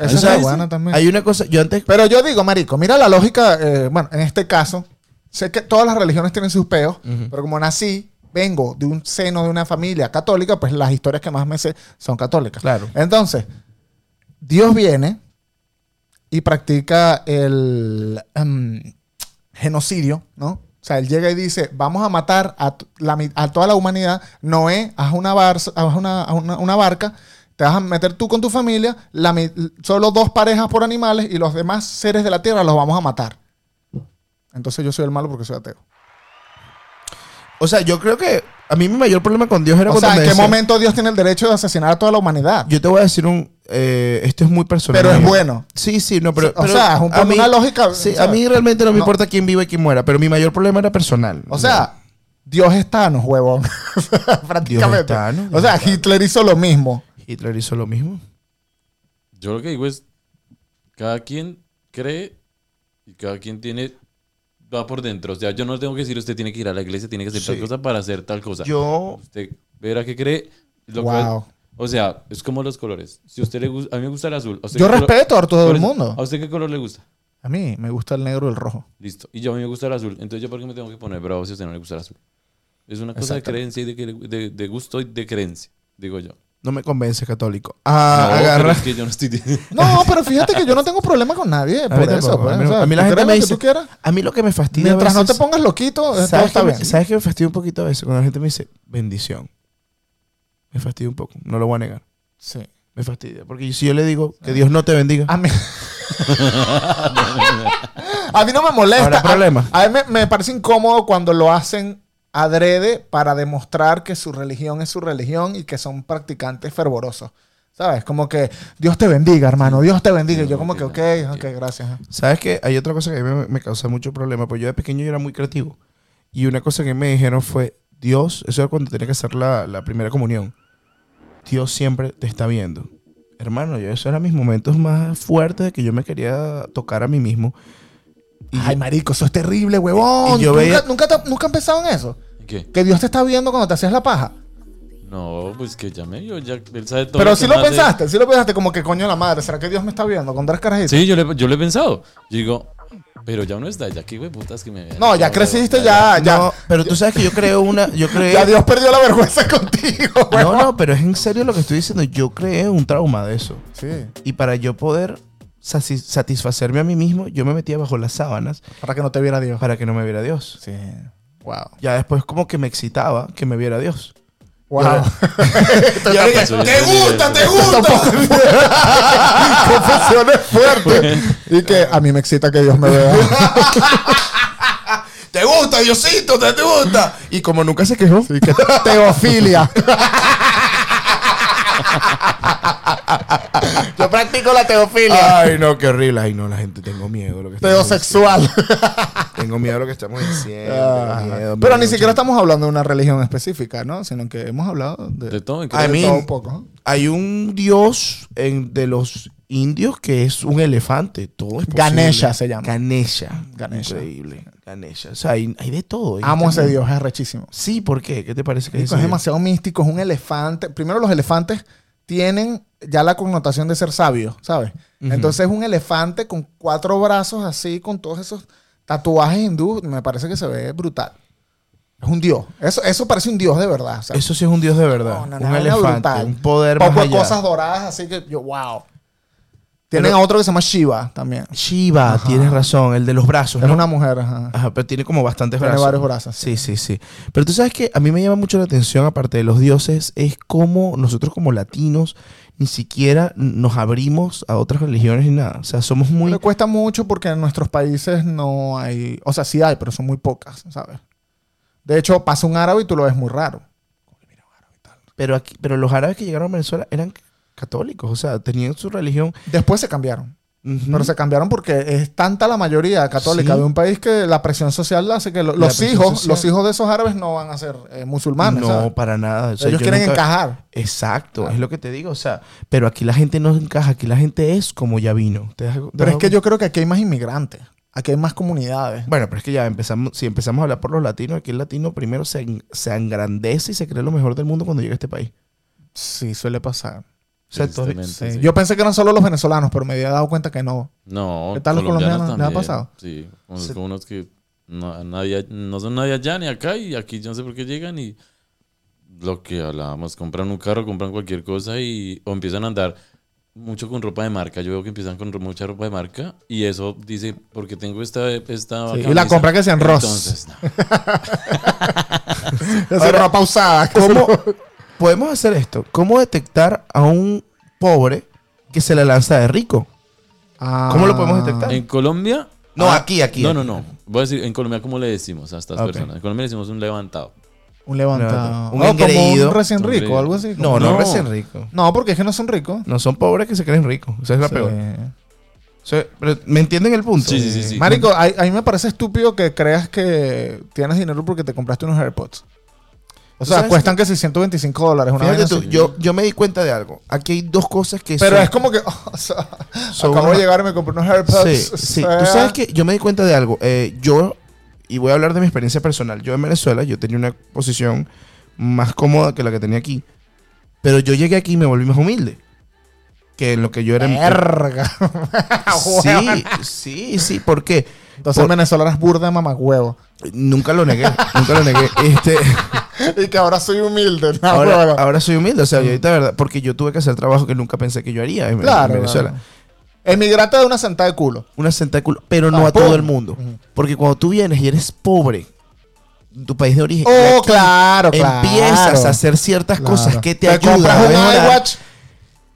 [SPEAKER 3] Eso
[SPEAKER 2] ¿sabes?
[SPEAKER 3] está bueno también.
[SPEAKER 2] hay una cosa, yo antes...
[SPEAKER 3] Pero yo digo, marico, mira la lógica, eh, bueno, en este caso, sé que todas las religiones tienen sus peos, pero como nací, vengo de un seno de una familia católica, pues las historias que más me sé son católicas.
[SPEAKER 2] Claro.
[SPEAKER 3] Entonces, Dios viene y practica el em, genocidio, ¿no? O sea, él llega y dice, vamos a matar a, t- la mi- a toda la humanidad. Noé, haz, una, barza- haz una, haz una- una barca, te vas a meter tú con tu familia, la mi- solo dos parejas por animales y los demás seres de la tierra los vamos a matar. Entonces yo soy el malo porque soy ateo.
[SPEAKER 2] O sea, yo creo que a mí mi mayor problema con Dios era
[SPEAKER 3] o
[SPEAKER 2] cuando
[SPEAKER 3] sea, ¿en
[SPEAKER 2] me
[SPEAKER 3] qué
[SPEAKER 2] decían-
[SPEAKER 3] momento Dios tiene el derecho de asesinar a toda la humanidad?
[SPEAKER 2] Yo te voy a decir un... eh, esto es muy personal.
[SPEAKER 3] Pero es bueno.
[SPEAKER 2] Sí, sí, no, pero...
[SPEAKER 3] O
[SPEAKER 2] pero
[SPEAKER 3] sea, es un
[SPEAKER 2] a mí-
[SPEAKER 3] una lógica.
[SPEAKER 2] Sí,
[SPEAKER 3] o sea,
[SPEAKER 2] a mí realmente no me
[SPEAKER 3] no.
[SPEAKER 2] importa quién viva y quién muera, pero mi mayor problema era personal.
[SPEAKER 3] O sea, Dios es Thanos, huevón. <laughs> Prácticamente.
[SPEAKER 2] Thanos,
[SPEAKER 3] o
[SPEAKER 2] Dios
[SPEAKER 3] sea,
[SPEAKER 2] es Thanos.
[SPEAKER 3] Hitler hizo lo mismo.
[SPEAKER 2] Hitler hizo lo mismo.
[SPEAKER 1] Yo lo que digo es, cada quien cree y cada quien tiene, va por dentro. O sea, yo no tengo que decir, usted tiene que ir a la iglesia, tiene que hacer
[SPEAKER 2] Sí.
[SPEAKER 1] tal cosa para hacer tal cosa.
[SPEAKER 2] Yo...
[SPEAKER 1] Usted verá que cree. lo cual-
[SPEAKER 3] wow.
[SPEAKER 1] o sea, es como los colores. Si a usted le gusta, a mí me gusta el azul. ¿a usted
[SPEAKER 3] Yo
[SPEAKER 1] qué color-
[SPEAKER 3] respeto a todo
[SPEAKER 1] por
[SPEAKER 3] el
[SPEAKER 1] eso, Ah,
[SPEAKER 3] mundo.
[SPEAKER 1] ¿A usted qué color le gusta?
[SPEAKER 3] A mí me gusta el negro y el rojo.
[SPEAKER 1] Listo. Y yo a mí me gusta el azul. Entonces, ¿yo por qué me tengo que poner bravo si a usted no le gusta el azul? Es una cosa de creencia y de, que- de- de gusto y de creencia, digo yo.
[SPEAKER 2] No me convence, católico. Ah,
[SPEAKER 1] No, pero
[SPEAKER 2] agarra.
[SPEAKER 1] Es que yo no estoy <laughs> diciendo.
[SPEAKER 3] No, pero fíjate que yo no tengo problema con
[SPEAKER 2] <laughs>
[SPEAKER 3] nadie.
[SPEAKER 2] A mí
[SPEAKER 3] Por eso,
[SPEAKER 2] tampoco,
[SPEAKER 3] pues,
[SPEAKER 2] a mí
[SPEAKER 3] o
[SPEAKER 2] no-
[SPEAKER 3] sea,
[SPEAKER 2] a mí la
[SPEAKER 3] tú
[SPEAKER 2] gente
[SPEAKER 3] crees
[SPEAKER 2] me
[SPEAKER 3] lo que
[SPEAKER 2] dice-
[SPEAKER 3] tú quieras.
[SPEAKER 2] A mí lo que me fastidia. a
[SPEAKER 3] Mientras no te
[SPEAKER 2] veces-
[SPEAKER 3] pongas loquito, eh, todo
[SPEAKER 2] ¿Sabes
[SPEAKER 3] está
[SPEAKER 2] que, me,
[SPEAKER 3] bien.
[SPEAKER 2] ¿Sabes que me fastidia un poquito a veces? Cuando la gente me dice bendición. Me fastidia un poco. No lo voy a negar.
[SPEAKER 3] Sí.
[SPEAKER 2] Me fastidia. Porque si yo le digo
[SPEAKER 3] Ah.
[SPEAKER 2] que Dios no te bendiga.
[SPEAKER 3] A mí... <laughs> a mí no me molesta.
[SPEAKER 2] Habrá
[SPEAKER 3] A-
[SPEAKER 2] problema.
[SPEAKER 3] A, mí me, me parece incómodo cuando lo hacen adrede para demostrar que su religión es su religión y que son practicantes fervorosos. ¿Sabes? Como que Dios te bendiga, hermano. Dios te bendiga. Y yo como que, ok, ok, gracias.
[SPEAKER 2] ¿Sabes que Hay otra cosa que a mí me, me causa mucho problema. Pues yo de pequeño yo era muy creativo. Y una cosa que me dijeron fue, Dios, eso era cuando tenía que hacer la, la primera comunión. Dios siempre te está viendo. Hermano, yo eso era mis momentos más fuertes de que yo me quería tocar a mí mismo. Y
[SPEAKER 3] Ay, marico, eso es terrible, huevón.
[SPEAKER 2] Y yo
[SPEAKER 3] Oh, ¿Nunca,
[SPEAKER 2] veía-
[SPEAKER 3] nunca, te- nunca han pensado en eso?
[SPEAKER 1] ¿Qué?
[SPEAKER 3] Que Dios te está viendo cuando te hacías la paja.
[SPEAKER 1] No, pues que ya me vio. Ya, él sabe todo.
[SPEAKER 3] Pero
[SPEAKER 1] que
[SPEAKER 3] si lo
[SPEAKER 1] uno hace.
[SPEAKER 3] pensaste, si lo pensaste como que coño la madre, ¿será que Dios me está viendo? Con tres carajitos.
[SPEAKER 1] Sí, yo le, yo lo he pensado. Yo digo, pero ya no está. Ya qué güey putas que me vean.
[SPEAKER 3] No, ya
[SPEAKER 1] Todo,
[SPEAKER 3] creciste, ya, eh. ya.
[SPEAKER 2] No, pero tú sabes que yo creo una... Yo creé,
[SPEAKER 3] <laughs> Ya Dios perdió la vergüenza <laughs> contigo, güey.
[SPEAKER 2] no, no, pero es en serio lo que estoy diciendo. Yo creé un trauma de eso.
[SPEAKER 3] Sí.
[SPEAKER 2] Y para yo poder sasi- satisfacerme a mí mismo, yo me metía bajo las sábanas
[SPEAKER 3] Para que no te viera Dios.
[SPEAKER 2] para que no me viera Dios.
[SPEAKER 3] Sí. Wow.
[SPEAKER 2] ya después como que me excitaba que me viera Dios.
[SPEAKER 3] Wow. <laughs>
[SPEAKER 1] Ya pasó, ya no me veo.
[SPEAKER 3] Confesiones fuertes. Y que a mí me excita que Dios me vea.
[SPEAKER 2] ¿Te gusta, Diosito? ¿Te, te gusta? Y como nunca se quejó.
[SPEAKER 3] Sí, que <laughs> teofilia.
[SPEAKER 2] Yo practico la teofilia. <laughs> Ay, no, qué horrible. Ay, no, la gente, tengo miedo. de Lo que estamos
[SPEAKER 3] <laughs> Teosexual.
[SPEAKER 2] diciendo. Tengo miedo de lo que estamos diciendo.
[SPEAKER 3] Ah,
[SPEAKER 2] tengo miedo,
[SPEAKER 3] Pero
[SPEAKER 2] miedo,
[SPEAKER 3] ni siquiera
[SPEAKER 2] chico.
[SPEAKER 3] estamos hablando de una religión específica, ¿no? Sino que hemos hablado de,
[SPEAKER 1] De
[SPEAKER 3] de
[SPEAKER 1] todo. ¿en qué
[SPEAKER 2] Ay,
[SPEAKER 1] te-
[SPEAKER 2] mí-
[SPEAKER 3] todo un poco.
[SPEAKER 2] Hay un dios en- de los indios que es un elefante. Todo es posible.
[SPEAKER 3] Ganesha se llama.
[SPEAKER 2] Ganesha.
[SPEAKER 3] Ganesha.
[SPEAKER 2] Increíble. Ganesha. O sea, hay, hay de todo.
[SPEAKER 3] Amo a
[SPEAKER 2] a
[SPEAKER 3] ese Dios, es rechísimo.
[SPEAKER 2] Sí, ¿por qué? ¿Qué te parece que
[SPEAKER 3] Marico, es
[SPEAKER 2] ese dios?
[SPEAKER 3] demasiado místico, es un elefante. Primero, los elefantes tienen ya la connotación de ser sabios, ¿sabes?
[SPEAKER 2] Ujú.
[SPEAKER 3] Entonces, un elefante con cuatro brazos así, con todos esos tatuajes hindú, me parece que se ve brutal. Es un dios. Eso, eso parece un dios de verdad. o sea,
[SPEAKER 2] Eso sí es un dios de verdad.
[SPEAKER 3] no, no, no,
[SPEAKER 2] un
[SPEAKER 3] una
[SPEAKER 2] elefante.
[SPEAKER 3] brutal.
[SPEAKER 2] Un poder
[SPEAKER 3] Poco
[SPEAKER 2] más
[SPEAKER 3] de
[SPEAKER 2] allá.
[SPEAKER 3] cosas doradas, así que yo, wow. Tienen
[SPEAKER 2] Pero-
[SPEAKER 3] a otro que se llama Shiva también.
[SPEAKER 2] Shiva, tienes razón, el de los brazos,
[SPEAKER 3] Es
[SPEAKER 2] ¿no?
[SPEAKER 3] una mujer, ajá.
[SPEAKER 2] Ajá, pero tiene como bastantes
[SPEAKER 3] Tiene
[SPEAKER 2] brazos.
[SPEAKER 3] varios brazos,
[SPEAKER 2] Sí, sí, sí. Pero tú sabes que a mí me llama mucho la atención, aparte de los dioses, es cómo nosotros como latinos ni siquiera nos abrimos a otras religiones ni nada. O sea, somos muy...
[SPEAKER 3] Le cuesta mucho porque en nuestros países no hay, o sea, sí hay, pero son muy pocas, ¿sabes? De hecho, pasa un árabe y tú lo ves muy raro.
[SPEAKER 2] Pero, aquí, pero los árabes que llegaron a Venezuela eran católicos, o sea, tenían su religión.
[SPEAKER 3] Después se cambiaron,
[SPEAKER 2] Ujú.
[SPEAKER 3] pero se cambiaron porque es tanta la mayoría católica
[SPEAKER 2] Mm. Sí.
[SPEAKER 3] de un país que la presión social hace que lo-
[SPEAKER 2] La
[SPEAKER 3] los
[SPEAKER 2] presión
[SPEAKER 3] hijos,
[SPEAKER 2] social.
[SPEAKER 3] los hijos de esos árabes no van a ser eh, musulmanes.
[SPEAKER 2] No,
[SPEAKER 3] ¿sabes?
[SPEAKER 2] para nada. O sea,
[SPEAKER 3] Ellos
[SPEAKER 2] yo
[SPEAKER 3] quieren
[SPEAKER 2] nunca-
[SPEAKER 3] encajar. Ah.
[SPEAKER 2] Exacto, es lo que te digo. O sea, pero aquí la gente no encaja, aquí la gente es como ya vino. ¿Te das- te
[SPEAKER 3] Pero
[SPEAKER 2] das
[SPEAKER 3] es que yo creo que aquí hay más inmigrantes, aquí hay más comunidades.
[SPEAKER 2] Bueno, pero es que ya empezamos, si empezamos a hablar por los latinos, aquí el latino primero se, en- se engrandece y se cree lo mejor del mundo cuando llega a este
[SPEAKER 3] <laughs>
[SPEAKER 2] país.
[SPEAKER 3] Sí, suele pasar.
[SPEAKER 2] O sea, tú has vi-
[SPEAKER 1] Tristemente, sí.
[SPEAKER 3] Yo pensé que eran solo los venezolanos, pero me había dado cuenta que no.
[SPEAKER 1] No.
[SPEAKER 3] ¿Qué tal los colombianos? ¿Les ha
[SPEAKER 1] también.
[SPEAKER 3] pasado?
[SPEAKER 1] Sí. Unos,
[SPEAKER 2] Se-
[SPEAKER 1] como unos que no, nadie, no son nadie allá ni acá y aquí yo no sé por qué llegan y lo que hablábamos, compran un carro, compran cualquier cosa y o empiezan a andar mucho con ropa de marca. Yo veo que empiezan con ro- mucha ropa de marca y eso dice, porque tengo esta... esta
[SPEAKER 3] Sí, y la
[SPEAKER 1] camisa".
[SPEAKER 3] compra que sea en Ross.
[SPEAKER 1] Entonces, no.
[SPEAKER 3] <laughs> Esa ropa usada.
[SPEAKER 2] ¿Cómo <laughs> podemos hacer esto? ¿Cómo detectar a un pobre que se le lanza de rico? ¿Cómo
[SPEAKER 3] Ah.
[SPEAKER 2] lo podemos detectar?
[SPEAKER 1] En Colombia. ah,
[SPEAKER 2] No, aquí, aquí,
[SPEAKER 1] No,
[SPEAKER 2] aquí.
[SPEAKER 1] no, no. Voy a decir, en Colombia, ¿cómo le decimos a estas
[SPEAKER 2] Ok.
[SPEAKER 1] personas? En Colombia le decimos un levantado.
[SPEAKER 3] Un levantado.
[SPEAKER 2] Levantado. Un
[SPEAKER 3] Oh, como
[SPEAKER 2] engreído.
[SPEAKER 3] un recién
[SPEAKER 1] Un
[SPEAKER 3] rico,
[SPEAKER 1] engreído.
[SPEAKER 3] algo así.
[SPEAKER 2] No,
[SPEAKER 3] como-
[SPEAKER 2] no,
[SPEAKER 1] No.
[SPEAKER 2] recién rico.
[SPEAKER 3] No, porque es que no son ricos.
[SPEAKER 2] No son pobres que se creen ricos. Esa es la
[SPEAKER 3] Sí.
[SPEAKER 2] peor. O sea, pero, ¿Me entienden el punto?
[SPEAKER 1] Sí, sí, sí. sí.
[SPEAKER 3] Marico, a, a mí me parece estúpido que creas que tienes dinero porque te compraste unos AirPods. O
[SPEAKER 2] ¿Tú
[SPEAKER 3] sea,
[SPEAKER 2] sabes
[SPEAKER 3] cuestan que si 125 dólares una
[SPEAKER 2] Fíjate
[SPEAKER 3] vez.
[SPEAKER 2] tú, yo, yo me di cuenta de algo. Aquí hay dos cosas que
[SPEAKER 3] Pero
[SPEAKER 2] son-
[SPEAKER 3] es como que, <laughs> o sea,
[SPEAKER 2] son
[SPEAKER 3] acabo
[SPEAKER 2] una-
[SPEAKER 3] de llegar y me compré unos AirPods. <laughs>
[SPEAKER 2] Sí,
[SPEAKER 3] o
[SPEAKER 2] sí.
[SPEAKER 3] sea,
[SPEAKER 2] Tú sabes que yo me di cuenta de algo. Eh, yo, y voy a hablar de mi experiencia personal. Yo en Venezuela, yo tenía una posición más cómoda que la que tenía aquí. Pero yo llegué aquí y me volví más humilde. que en lo que yo era...
[SPEAKER 3] <laughs> Verga.
[SPEAKER 2] <laughs> Sí, sí, sí, ¿por qué?
[SPEAKER 3] Entonces
[SPEAKER 2] Por-
[SPEAKER 3] Venezuela eres burda, mamagüevo.
[SPEAKER 2] Nunca lo negué, nunca lo
[SPEAKER 3] <laughs>
[SPEAKER 2] negué. Este,
[SPEAKER 3] y que ahora soy humilde. no, Mm.
[SPEAKER 2] ahora,
[SPEAKER 3] huevona.
[SPEAKER 2] ahora soy humilde, o sea, yo ahorita, verdad, porque yo tuve que hacer trabajo que nunca pensé que yo haría en, en
[SPEAKER 3] Claro,
[SPEAKER 2] Venezuela.
[SPEAKER 3] claro. Emigrate de una sentada de culo.
[SPEAKER 2] Una sentada de culo, pero no
[SPEAKER 3] Ah,
[SPEAKER 2] a todo
[SPEAKER 3] pum.
[SPEAKER 2] el mundo.
[SPEAKER 3] Ujú.
[SPEAKER 2] Porque cuando tú vienes y eres pobre, en tu país de origen, y
[SPEAKER 3] Oh,
[SPEAKER 2] aquí
[SPEAKER 3] claro, claro.
[SPEAKER 2] empiezas a hacer ciertas
[SPEAKER 3] Claro.
[SPEAKER 2] cosas que te, ayudan
[SPEAKER 3] compras
[SPEAKER 2] a
[SPEAKER 3] un
[SPEAKER 2] mejorar.
[SPEAKER 3] iWatch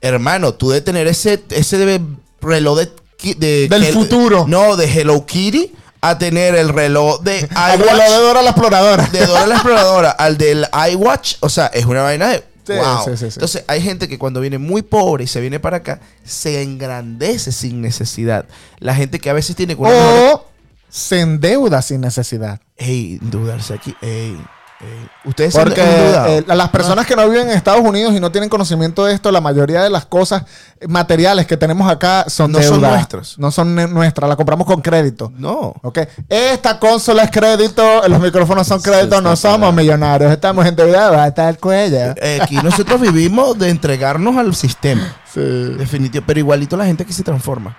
[SPEAKER 2] Hermano, tú de tener ese, ese de- reloj de, ki- de-
[SPEAKER 3] Del
[SPEAKER 2] que-
[SPEAKER 3] futuro.
[SPEAKER 2] No, de Hello Kitty a tener el reloj de
[SPEAKER 3] al reloj de
[SPEAKER 2] iWatch.
[SPEAKER 3] Dora <laughs> la exploradora.
[SPEAKER 2] de Dora la Exploradora al del iWatch, o sea, es una vaina de.
[SPEAKER 3] Sí,
[SPEAKER 2] wow.
[SPEAKER 3] sí, sí, sí.
[SPEAKER 2] Entonces, hay gente que cuando viene muy pobre y se viene para acá, se engrandece sin necesidad. La gente que a veces tiene. una mejor-
[SPEAKER 3] o se endeuda sin necesidad.
[SPEAKER 2] Ey, dudarse aquí. Ey, ey. Ustedes se han
[SPEAKER 3] Porque
[SPEAKER 2] dudado?
[SPEAKER 3] eh, las personas que no viven en Estados Unidos y no tienen conocimiento de esto, la mayoría de las cosas eh, materiales que tenemos acá son
[SPEAKER 2] No son
[SPEAKER 3] deuda.
[SPEAKER 2] nuestras.
[SPEAKER 3] No son ne- nuestras, las compramos con crédito.
[SPEAKER 2] No.
[SPEAKER 3] Ok. Esta consola es crédito, los micrófonos son crédito,
[SPEAKER 1] está
[SPEAKER 3] no somos
[SPEAKER 1] pagando.
[SPEAKER 3] millonarios, estamos endeudados hasta el cuello.
[SPEAKER 2] Eh, Aquí nosotros vivimos de entregarnos al sistema.
[SPEAKER 3] Sí.
[SPEAKER 2] Definitivo. Pero igualito la gente que se transforma.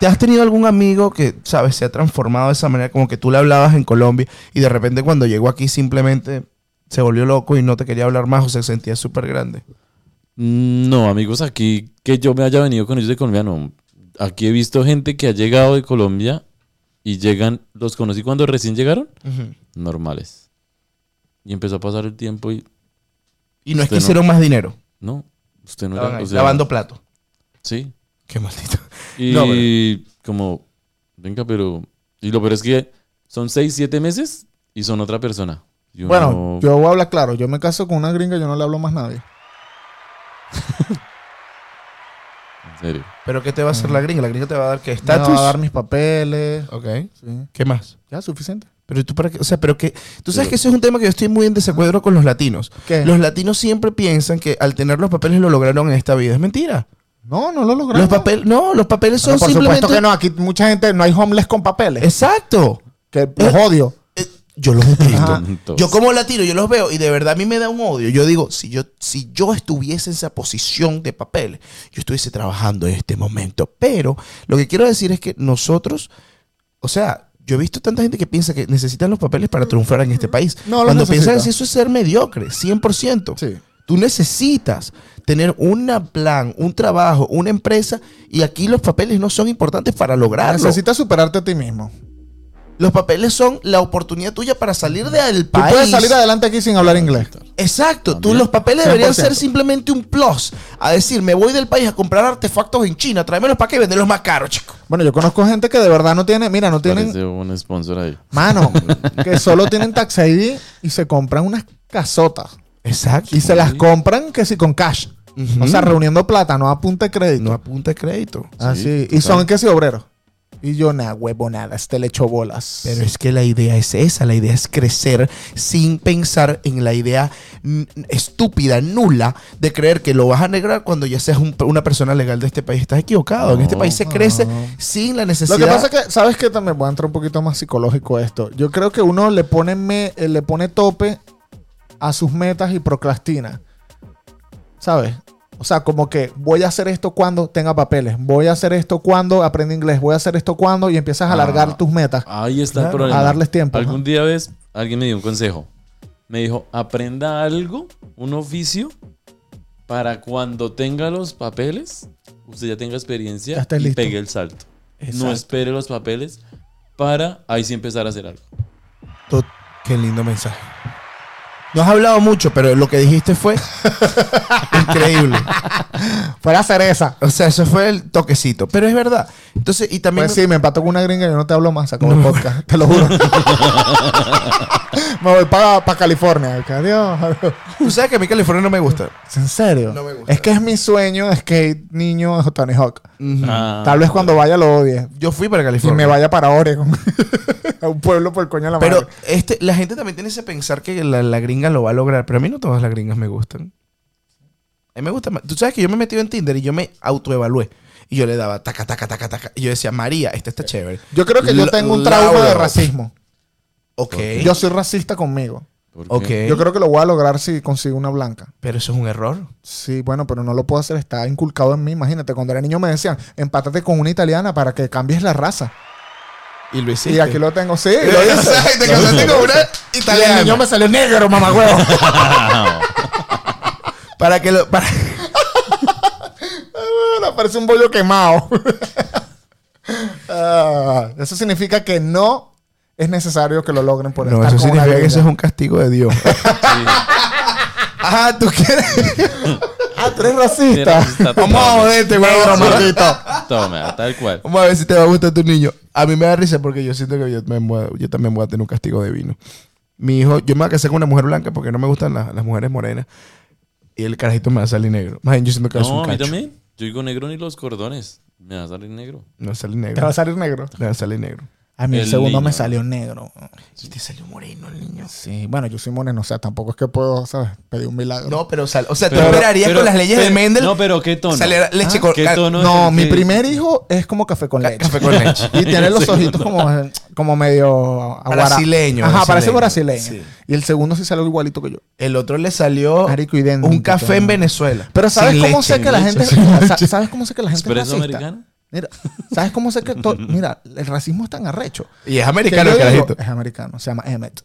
[SPEAKER 2] ¿Te has tenido algún amigo que, sabes, se ha transformado de esa manera? Como que tú le hablabas en Colombia y de repente cuando llegó aquí simplemente se volvió loco y no te quería hablar más o se sentía súper grande.
[SPEAKER 1] Mm, No, amigos, aquí que yo me haya venido con ellos de Colombia, no. Aquí he visto gente que ha llegado de Colombia y llegan, los conocí cuando recién llegaron, normales. Y empezó a pasar el tiempo y,
[SPEAKER 2] Y no es
[SPEAKER 1] Usted
[SPEAKER 2] que
[SPEAKER 1] no.
[SPEAKER 2] hicieron más dinero.
[SPEAKER 1] no, usted no
[SPEAKER 2] Estaban
[SPEAKER 1] era,
[SPEAKER 2] ahí,
[SPEAKER 1] o sea,
[SPEAKER 2] lavando platos.
[SPEAKER 1] Sí.
[SPEAKER 2] Qué maldito.
[SPEAKER 1] Y
[SPEAKER 2] No,
[SPEAKER 1] como, venga, pero... Y lo peor es que son seis, siete meses y son otra persona. Y uno-
[SPEAKER 3] Bueno, yo voy a hablar claro. Yo me caso con una gringa, yo no le hablo más a nadie.
[SPEAKER 1] En serio.
[SPEAKER 2] ¿Pero qué te va a hacer la gringa? La gringa te va a dar qué
[SPEAKER 3] Me va
[SPEAKER 2] estatus.
[SPEAKER 3] a dar mis papeles.
[SPEAKER 2] Ok.
[SPEAKER 3] Sí.
[SPEAKER 2] ¿Qué más?
[SPEAKER 3] Ya, suficiente.
[SPEAKER 2] Pero tú para qué, o sea, pero que tú sabes que eso es un tema que yo estoy muy en desacuerdo con los latinos.
[SPEAKER 3] ¿Qué?
[SPEAKER 2] Los latinos siempre piensan que al tener los papeles lo lograron en esta vida. Es mentira.
[SPEAKER 3] No, no lo logramos.
[SPEAKER 2] Los papeles, no, los papeles
[SPEAKER 3] Bueno,
[SPEAKER 2] son
[SPEAKER 3] por
[SPEAKER 2] simplemente
[SPEAKER 3] supuesto que Ah, no. Aquí mucha gente, no hay homeless con papeles.
[SPEAKER 2] Exacto.
[SPEAKER 3] que los odio.
[SPEAKER 2] Eh, Yo los detesto.
[SPEAKER 1] Tontos.
[SPEAKER 2] Yo como latino, yo los veo y de verdad a mí me da un odio. Yo digo, si yo, si yo estuviese en esa posición de papeles, yo estuviese trabajando en este momento. Pero lo que quiero decir es que nosotros, o sea, yo he visto tanta gente que piensa que necesitan los papeles para triunfar en este país.
[SPEAKER 3] No los
[SPEAKER 2] Cuando piensan
[SPEAKER 3] necesita.
[SPEAKER 2] eso es ser mediocre, 100%.
[SPEAKER 3] Sí.
[SPEAKER 2] Tú necesitas tener un plan, un trabajo, una empresa y aquí los papeles no son importantes para lograrlo.
[SPEAKER 3] Necesitas superarte a ti mismo.
[SPEAKER 2] Los papeles son la oportunidad tuya para salir del
[SPEAKER 3] Tú
[SPEAKER 2] país.
[SPEAKER 3] puedes salir adelante aquí sin hablar inglés.
[SPEAKER 2] Exacto, tú,
[SPEAKER 1] También.
[SPEAKER 2] los papeles deberían
[SPEAKER 3] 100%.
[SPEAKER 2] ser simplemente un plus. A decir, me voy del país a comprar artefactos en China, tráemelos para que venderlos más caros, chico.
[SPEAKER 3] Bueno, yo conozco gente que de verdad no tiene, mira, no tienen,
[SPEAKER 1] Parece un sponsor ahí.
[SPEAKER 3] <laughs> mano, que solo tienen tax ID y se compran unas casotas.
[SPEAKER 2] Exacto.
[SPEAKER 3] Y se las compran que si con cash. O sea, reuniendo plata, no apunta crédito.
[SPEAKER 2] No apunta de crédito.
[SPEAKER 3] Así.
[SPEAKER 1] Sí,
[SPEAKER 3] y son
[SPEAKER 1] total.
[SPEAKER 3] que si obreros. Y yo, nada, huevo, nada, este le echo bolas.
[SPEAKER 2] Pero es que la idea es esa, la idea es crecer sin pensar en la idea mm, estúpida, nula, de creer que lo vas a negrar cuando ya seas un- una persona legal de este país. Estás equivocado. En este
[SPEAKER 1] No.
[SPEAKER 2] país se crece
[SPEAKER 3] No.
[SPEAKER 2] sin la necesidad.
[SPEAKER 3] Lo que pasa es que, ¿sabes que También voy a entrar un poquito más psicológico a esto. Yo creo que uno le pone, me- eh, le pone tope a sus metas y procrastina. ¿Sabes? O sea, como que voy a hacer esto cuando tenga papeles, voy a hacer esto cuando aprenda inglés, voy a hacer esto cuando y empiezas a
[SPEAKER 1] Ah.
[SPEAKER 3] alargar tus metas.
[SPEAKER 1] Ahí está
[SPEAKER 2] Claro.
[SPEAKER 1] el problema.
[SPEAKER 3] A darles tiempo,
[SPEAKER 1] Algún
[SPEAKER 3] ajá.
[SPEAKER 1] día ves, alguien me dio un consejo. Me dijo, aprenda algo, un oficio, para cuando tenga los papeles, usted ya tenga
[SPEAKER 3] Ya
[SPEAKER 1] experiencia
[SPEAKER 3] estés
[SPEAKER 1] y
[SPEAKER 3] listo.
[SPEAKER 1] pegue el salto.
[SPEAKER 2] Exacto.
[SPEAKER 1] No espere los papeles para ahí sí empezar a hacer algo.
[SPEAKER 2] To- Qué lindo mensaje. No has hablado mucho, pero lo que dijiste
[SPEAKER 3] <laughs>
[SPEAKER 2] fue increíble.
[SPEAKER 3] Fuera cereza.
[SPEAKER 2] O sea, eso fue el toquecito. Pero es verdad. Entonces, y también.
[SPEAKER 3] Pues sí, me empató con una gringa y yo no te hablo más, sacó el podcast, te lo juro. <laughs> me voy para California. Adiós.
[SPEAKER 2] Tú sabes que a mí California no me gusta.
[SPEAKER 3] ¿En serio?
[SPEAKER 2] No me gusta. Mm.
[SPEAKER 3] Es que es mi sueño skate niño de Tony Hawk.
[SPEAKER 2] Ujú.
[SPEAKER 1] Ah,
[SPEAKER 3] Tal vez cuando vaya lo odie.
[SPEAKER 2] Yo fui para
[SPEAKER 3] Y
[SPEAKER 2] California.
[SPEAKER 3] me vaya para Oregon. <laughs> a un pueblo por el coño de la
[SPEAKER 2] Pero
[SPEAKER 3] madre.
[SPEAKER 2] este, la gente también tiene ese pensar que la, la gringa lo va a lograr. Pero a mí no todas las gringas me gustan. A mí me gusta más. Tú sabes que yo me he metido en Tinder y yo me autoevalué. Y yo le daba taca, taca, taca, taca. Y yo decía, María, esta está chévere.
[SPEAKER 3] Yo creo que yo
[SPEAKER 2] Lo- Eh.
[SPEAKER 3] tengo un trauma de
[SPEAKER 2] Lauro.
[SPEAKER 3] racismo.
[SPEAKER 2] Ok.
[SPEAKER 3] Yo soy racista conmigo.
[SPEAKER 1] ¿Por qué?
[SPEAKER 2] Ok.
[SPEAKER 3] Yo creo que lo voy a lograr si consigo una blanca.
[SPEAKER 2] Pero eso es un error.
[SPEAKER 3] Sí, bueno, pero no lo puedo hacer, está inculcado en mí. Imagínate, cuando era niño me decían, empátate con una italiana para que cambies la raza.
[SPEAKER 2] Y lo hiciste.
[SPEAKER 3] Y aquí lo tengo,
[SPEAKER 2] <laughs>
[SPEAKER 3] sí. lo <laughs> hice.
[SPEAKER 2] Exacto, te casaste con una
[SPEAKER 3] Y el niño
[SPEAKER 2] italiana.
[SPEAKER 3] me salió negro, mamá huevo.
[SPEAKER 2] Para que lo. Para...
[SPEAKER 3] Parece Ah, un bollo
[SPEAKER 2] <laughs>
[SPEAKER 3] quemado. Ah, eso significa que no es necesario que lo logren por
[SPEAKER 2] No,
[SPEAKER 3] estar
[SPEAKER 2] eso
[SPEAKER 3] con una
[SPEAKER 2] significa que
[SPEAKER 3] gringa.
[SPEAKER 2] eso es un castigo
[SPEAKER 1] <laughs>
[SPEAKER 2] de Dios. Ajá, tú <laughs> quieres.
[SPEAKER 3] Ah, tú eres
[SPEAKER 1] Eres
[SPEAKER 3] racista.
[SPEAKER 1] racista,
[SPEAKER 2] Vamos a joderte,
[SPEAKER 3] Negro,
[SPEAKER 2] huevón.
[SPEAKER 3] maldito.
[SPEAKER 1] Toma, tal
[SPEAKER 2] <laughs>
[SPEAKER 1] cual.
[SPEAKER 2] Vamos a ver si te va a gustar tu niño. A mí me da risa porque yo siento que yo, me voy a- yo también voy a tener un castigo divino. Mi hijo, yo me voy a casar con una mujer blanca porque no me gustan la- las mujeres morenas. Y el carajito me va a salir negro. Más bien, yo siento que es
[SPEAKER 1] No,
[SPEAKER 2] un
[SPEAKER 1] a mí
[SPEAKER 2] cacho.
[SPEAKER 1] también. Yo digo negro ni los cordones. Me va a salir negro.
[SPEAKER 2] Me va a salir
[SPEAKER 3] Te va
[SPEAKER 2] negro.
[SPEAKER 3] a salir negro.
[SPEAKER 2] Me va a salir negro.
[SPEAKER 3] A mí el,
[SPEAKER 1] El
[SPEAKER 3] segundo
[SPEAKER 1] niño.
[SPEAKER 3] me salió negro.
[SPEAKER 2] Y te salió moreno el niño.
[SPEAKER 3] Sí, bueno, yo soy moreno, o sea, tampoco es que puedo, ¿sabes? Pedir un milagro.
[SPEAKER 2] No, pero, sal- o sea, tú
[SPEAKER 1] Pero-
[SPEAKER 2] esperarías
[SPEAKER 1] pero-
[SPEAKER 2] con las leyes de
[SPEAKER 1] pero-
[SPEAKER 2] Mendel.
[SPEAKER 1] No, pero ¿qué tono?
[SPEAKER 2] <laughs> saliera leche
[SPEAKER 1] Ah,
[SPEAKER 2] con-
[SPEAKER 1] ¿Qué
[SPEAKER 2] ca-
[SPEAKER 1] tono es
[SPEAKER 3] No,
[SPEAKER 1] el
[SPEAKER 3] mi
[SPEAKER 1] que-
[SPEAKER 3] primer hijo es como café con leche.
[SPEAKER 2] Café con leche.
[SPEAKER 3] Y tiene los
[SPEAKER 1] Sí,
[SPEAKER 3] ojitos como, como medio aguara-
[SPEAKER 2] Brasileño,
[SPEAKER 3] Ajá, parece
[SPEAKER 2] brasileño.
[SPEAKER 3] brasileño.
[SPEAKER 2] Sí.
[SPEAKER 3] Y el segundo sí salió igualito que yo.
[SPEAKER 2] El otro le salió
[SPEAKER 3] Marico, idéntico,
[SPEAKER 2] Oh, un café en
[SPEAKER 3] ¿no?
[SPEAKER 2] Venezuela.
[SPEAKER 3] Pero ¿sabes
[SPEAKER 2] Sin
[SPEAKER 3] cómo
[SPEAKER 2] leche,
[SPEAKER 3] sé que
[SPEAKER 2] sin
[SPEAKER 3] la
[SPEAKER 2] leche.
[SPEAKER 3] gente <laughs> sa- sabes cómo sé que la gente es
[SPEAKER 1] ¿Expreso
[SPEAKER 3] racista?
[SPEAKER 1] americano?
[SPEAKER 3] Mira, ¿sabes cómo sé
[SPEAKER 1] <laughs>
[SPEAKER 3] que to- mira, el racismo es tan arrecho?
[SPEAKER 2] Y es
[SPEAKER 3] que
[SPEAKER 2] americano
[SPEAKER 3] yo
[SPEAKER 2] el
[SPEAKER 3] digo-
[SPEAKER 2] carajito.
[SPEAKER 3] es americano, se llama Emmet.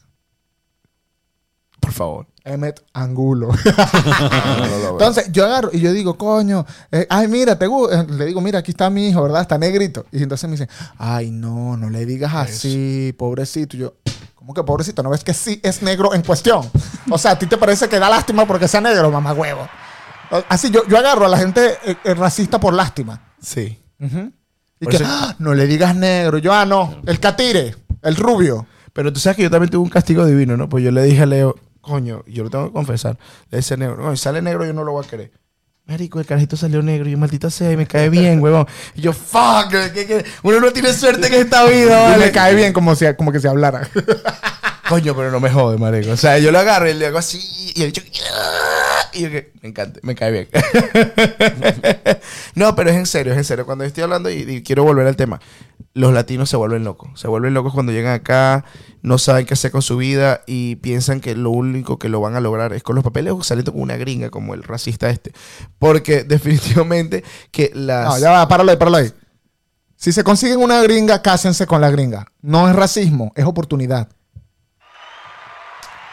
[SPEAKER 2] Por
[SPEAKER 3] <laughs>
[SPEAKER 2] favor.
[SPEAKER 3] Emmet
[SPEAKER 2] <laughs>
[SPEAKER 3] Angulo.
[SPEAKER 2] No lo logro.
[SPEAKER 3] Entonces, yo agarro y yo digo, coño, eh, ay, mira, te gu-". Eh, le digo, mira, aquí está mi hijo, ¿verdad? Está negrito. Y entonces me dicen, ay, no, no le digas así, pobrecito. Y yo, ¿cómo que pobrecito? ¿No ves que sí es negro en cuestión? <laughs> O sea, ¿a ti te parece que da lástima porque sea negro, mamá huevo? O- Así, yo, yo agarro a la gente eh, eh, racista por lástima.
[SPEAKER 2] sí.
[SPEAKER 3] Y
[SPEAKER 2] Por
[SPEAKER 3] que,
[SPEAKER 2] eso-
[SPEAKER 3] "Ah, no le digas negro. Yo, ah, no, el catire, el rubio.
[SPEAKER 2] Pero tú sabes que yo también tuve un castigo divino, ¿no? Pues yo le dije a Leo, coño, yo lo tengo que confesar. Le dice negro, no, si sale negro yo no lo voy a querer. Marico, el carajito salió negro y yo, maldita sea, y me cae bien, huevón. Y yo, fuck, ¿qué- qué? uno no tiene suerte en esta
[SPEAKER 3] <laughs>
[SPEAKER 2] vida,
[SPEAKER 3] Y
[SPEAKER 2] ¿vale?
[SPEAKER 3] me cae bien como, si, como que se hablara.
[SPEAKER 2] Coño, pero no me jode, marico. O sea, yo lo agarro y le hago así y el bicho... Y yo que... Me encanta, me cae bien. <laughs> no, pero es en serio, es en serio. Cuando estoy hablando y, y quiero volver al tema, los latinos se vuelven locos. Se vuelven locos cuando llegan acá, no saben qué hacer con su vida y piensan que lo único que lo van a lograr es con los papeles o saliendo con una gringa como el racista este. Porque <laughs> definitivamente que las...
[SPEAKER 3] <laughs> No, Ah, ya va, páralo ahí, páralo ahí. Si se consiguen una gringa, cásense con la gringa. No es racismo, es oportunidad.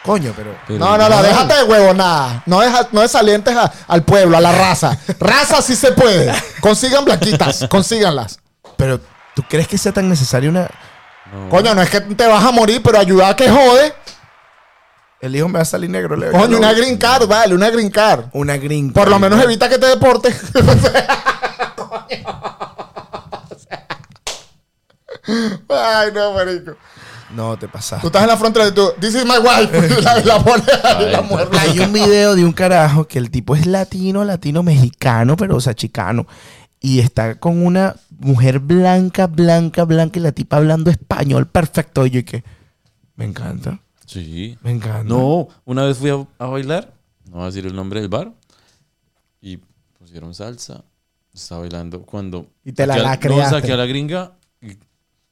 [SPEAKER 2] Coño, pero...
[SPEAKER 1] Pero
[SPEAKER 3] no, no, no, déjate de huevo, nada. No, deja- no desalientes a- al pueblo, a la raza. Raza sí se puede. Consigan blanquitas, consíganlas.
[SPEAKER 2] Pero, ¿tú crees que sea tan necesaria una...
[SPEAKER 1] No.
[SPEAKER 3] Coño, no es que te vas a morir, pero ayuda a que jode.
[SPEAKER 2] El hijo me va a salir negro, Leo. Yo
[SPEAKER 3] Coño,
[SPEAKER 2] lo-
[SPEAKER 3] una green card, vale, una green card.
[SPEAKER 2] Una gringa.
[SPEAKER 3] Por lo menos evita que te deporte. <laughs> Ay, no, marico.
[SPEAKER 2] No, te
[SPEAKER 3] Tú
[SPEAKER 2] pasaste.
[SPEAKER 3] estás en la frontera de tú, this is my wife. <laughs> La, la pones ahí, la
[SPEAKER 1] Ay,
[SPEAKER 3] mujer.
[SPEAKER 2] Hay un video de un carajo que el tipo es latino, latino mexicano, pero o sea, chicano. Y está con una mujer blanca, blanca, blanca y la tipa hablando español perfecto. Y yo y que me encanta,
[SPEAKER 1] Sí.
[SPEAKER 2] me encanta.
[SPEAKER 1] No, una vez fui a, a bailar, no voy a decir el nombre del bar, y pusieron salsa. Estaba bailando cuando.
[SPEAKER 3] Y te la
[SPEAKER 1] saqué a-
[SPEAKER 3] lacreaste.
[SPEAKER 1] No, saqué a la gringa y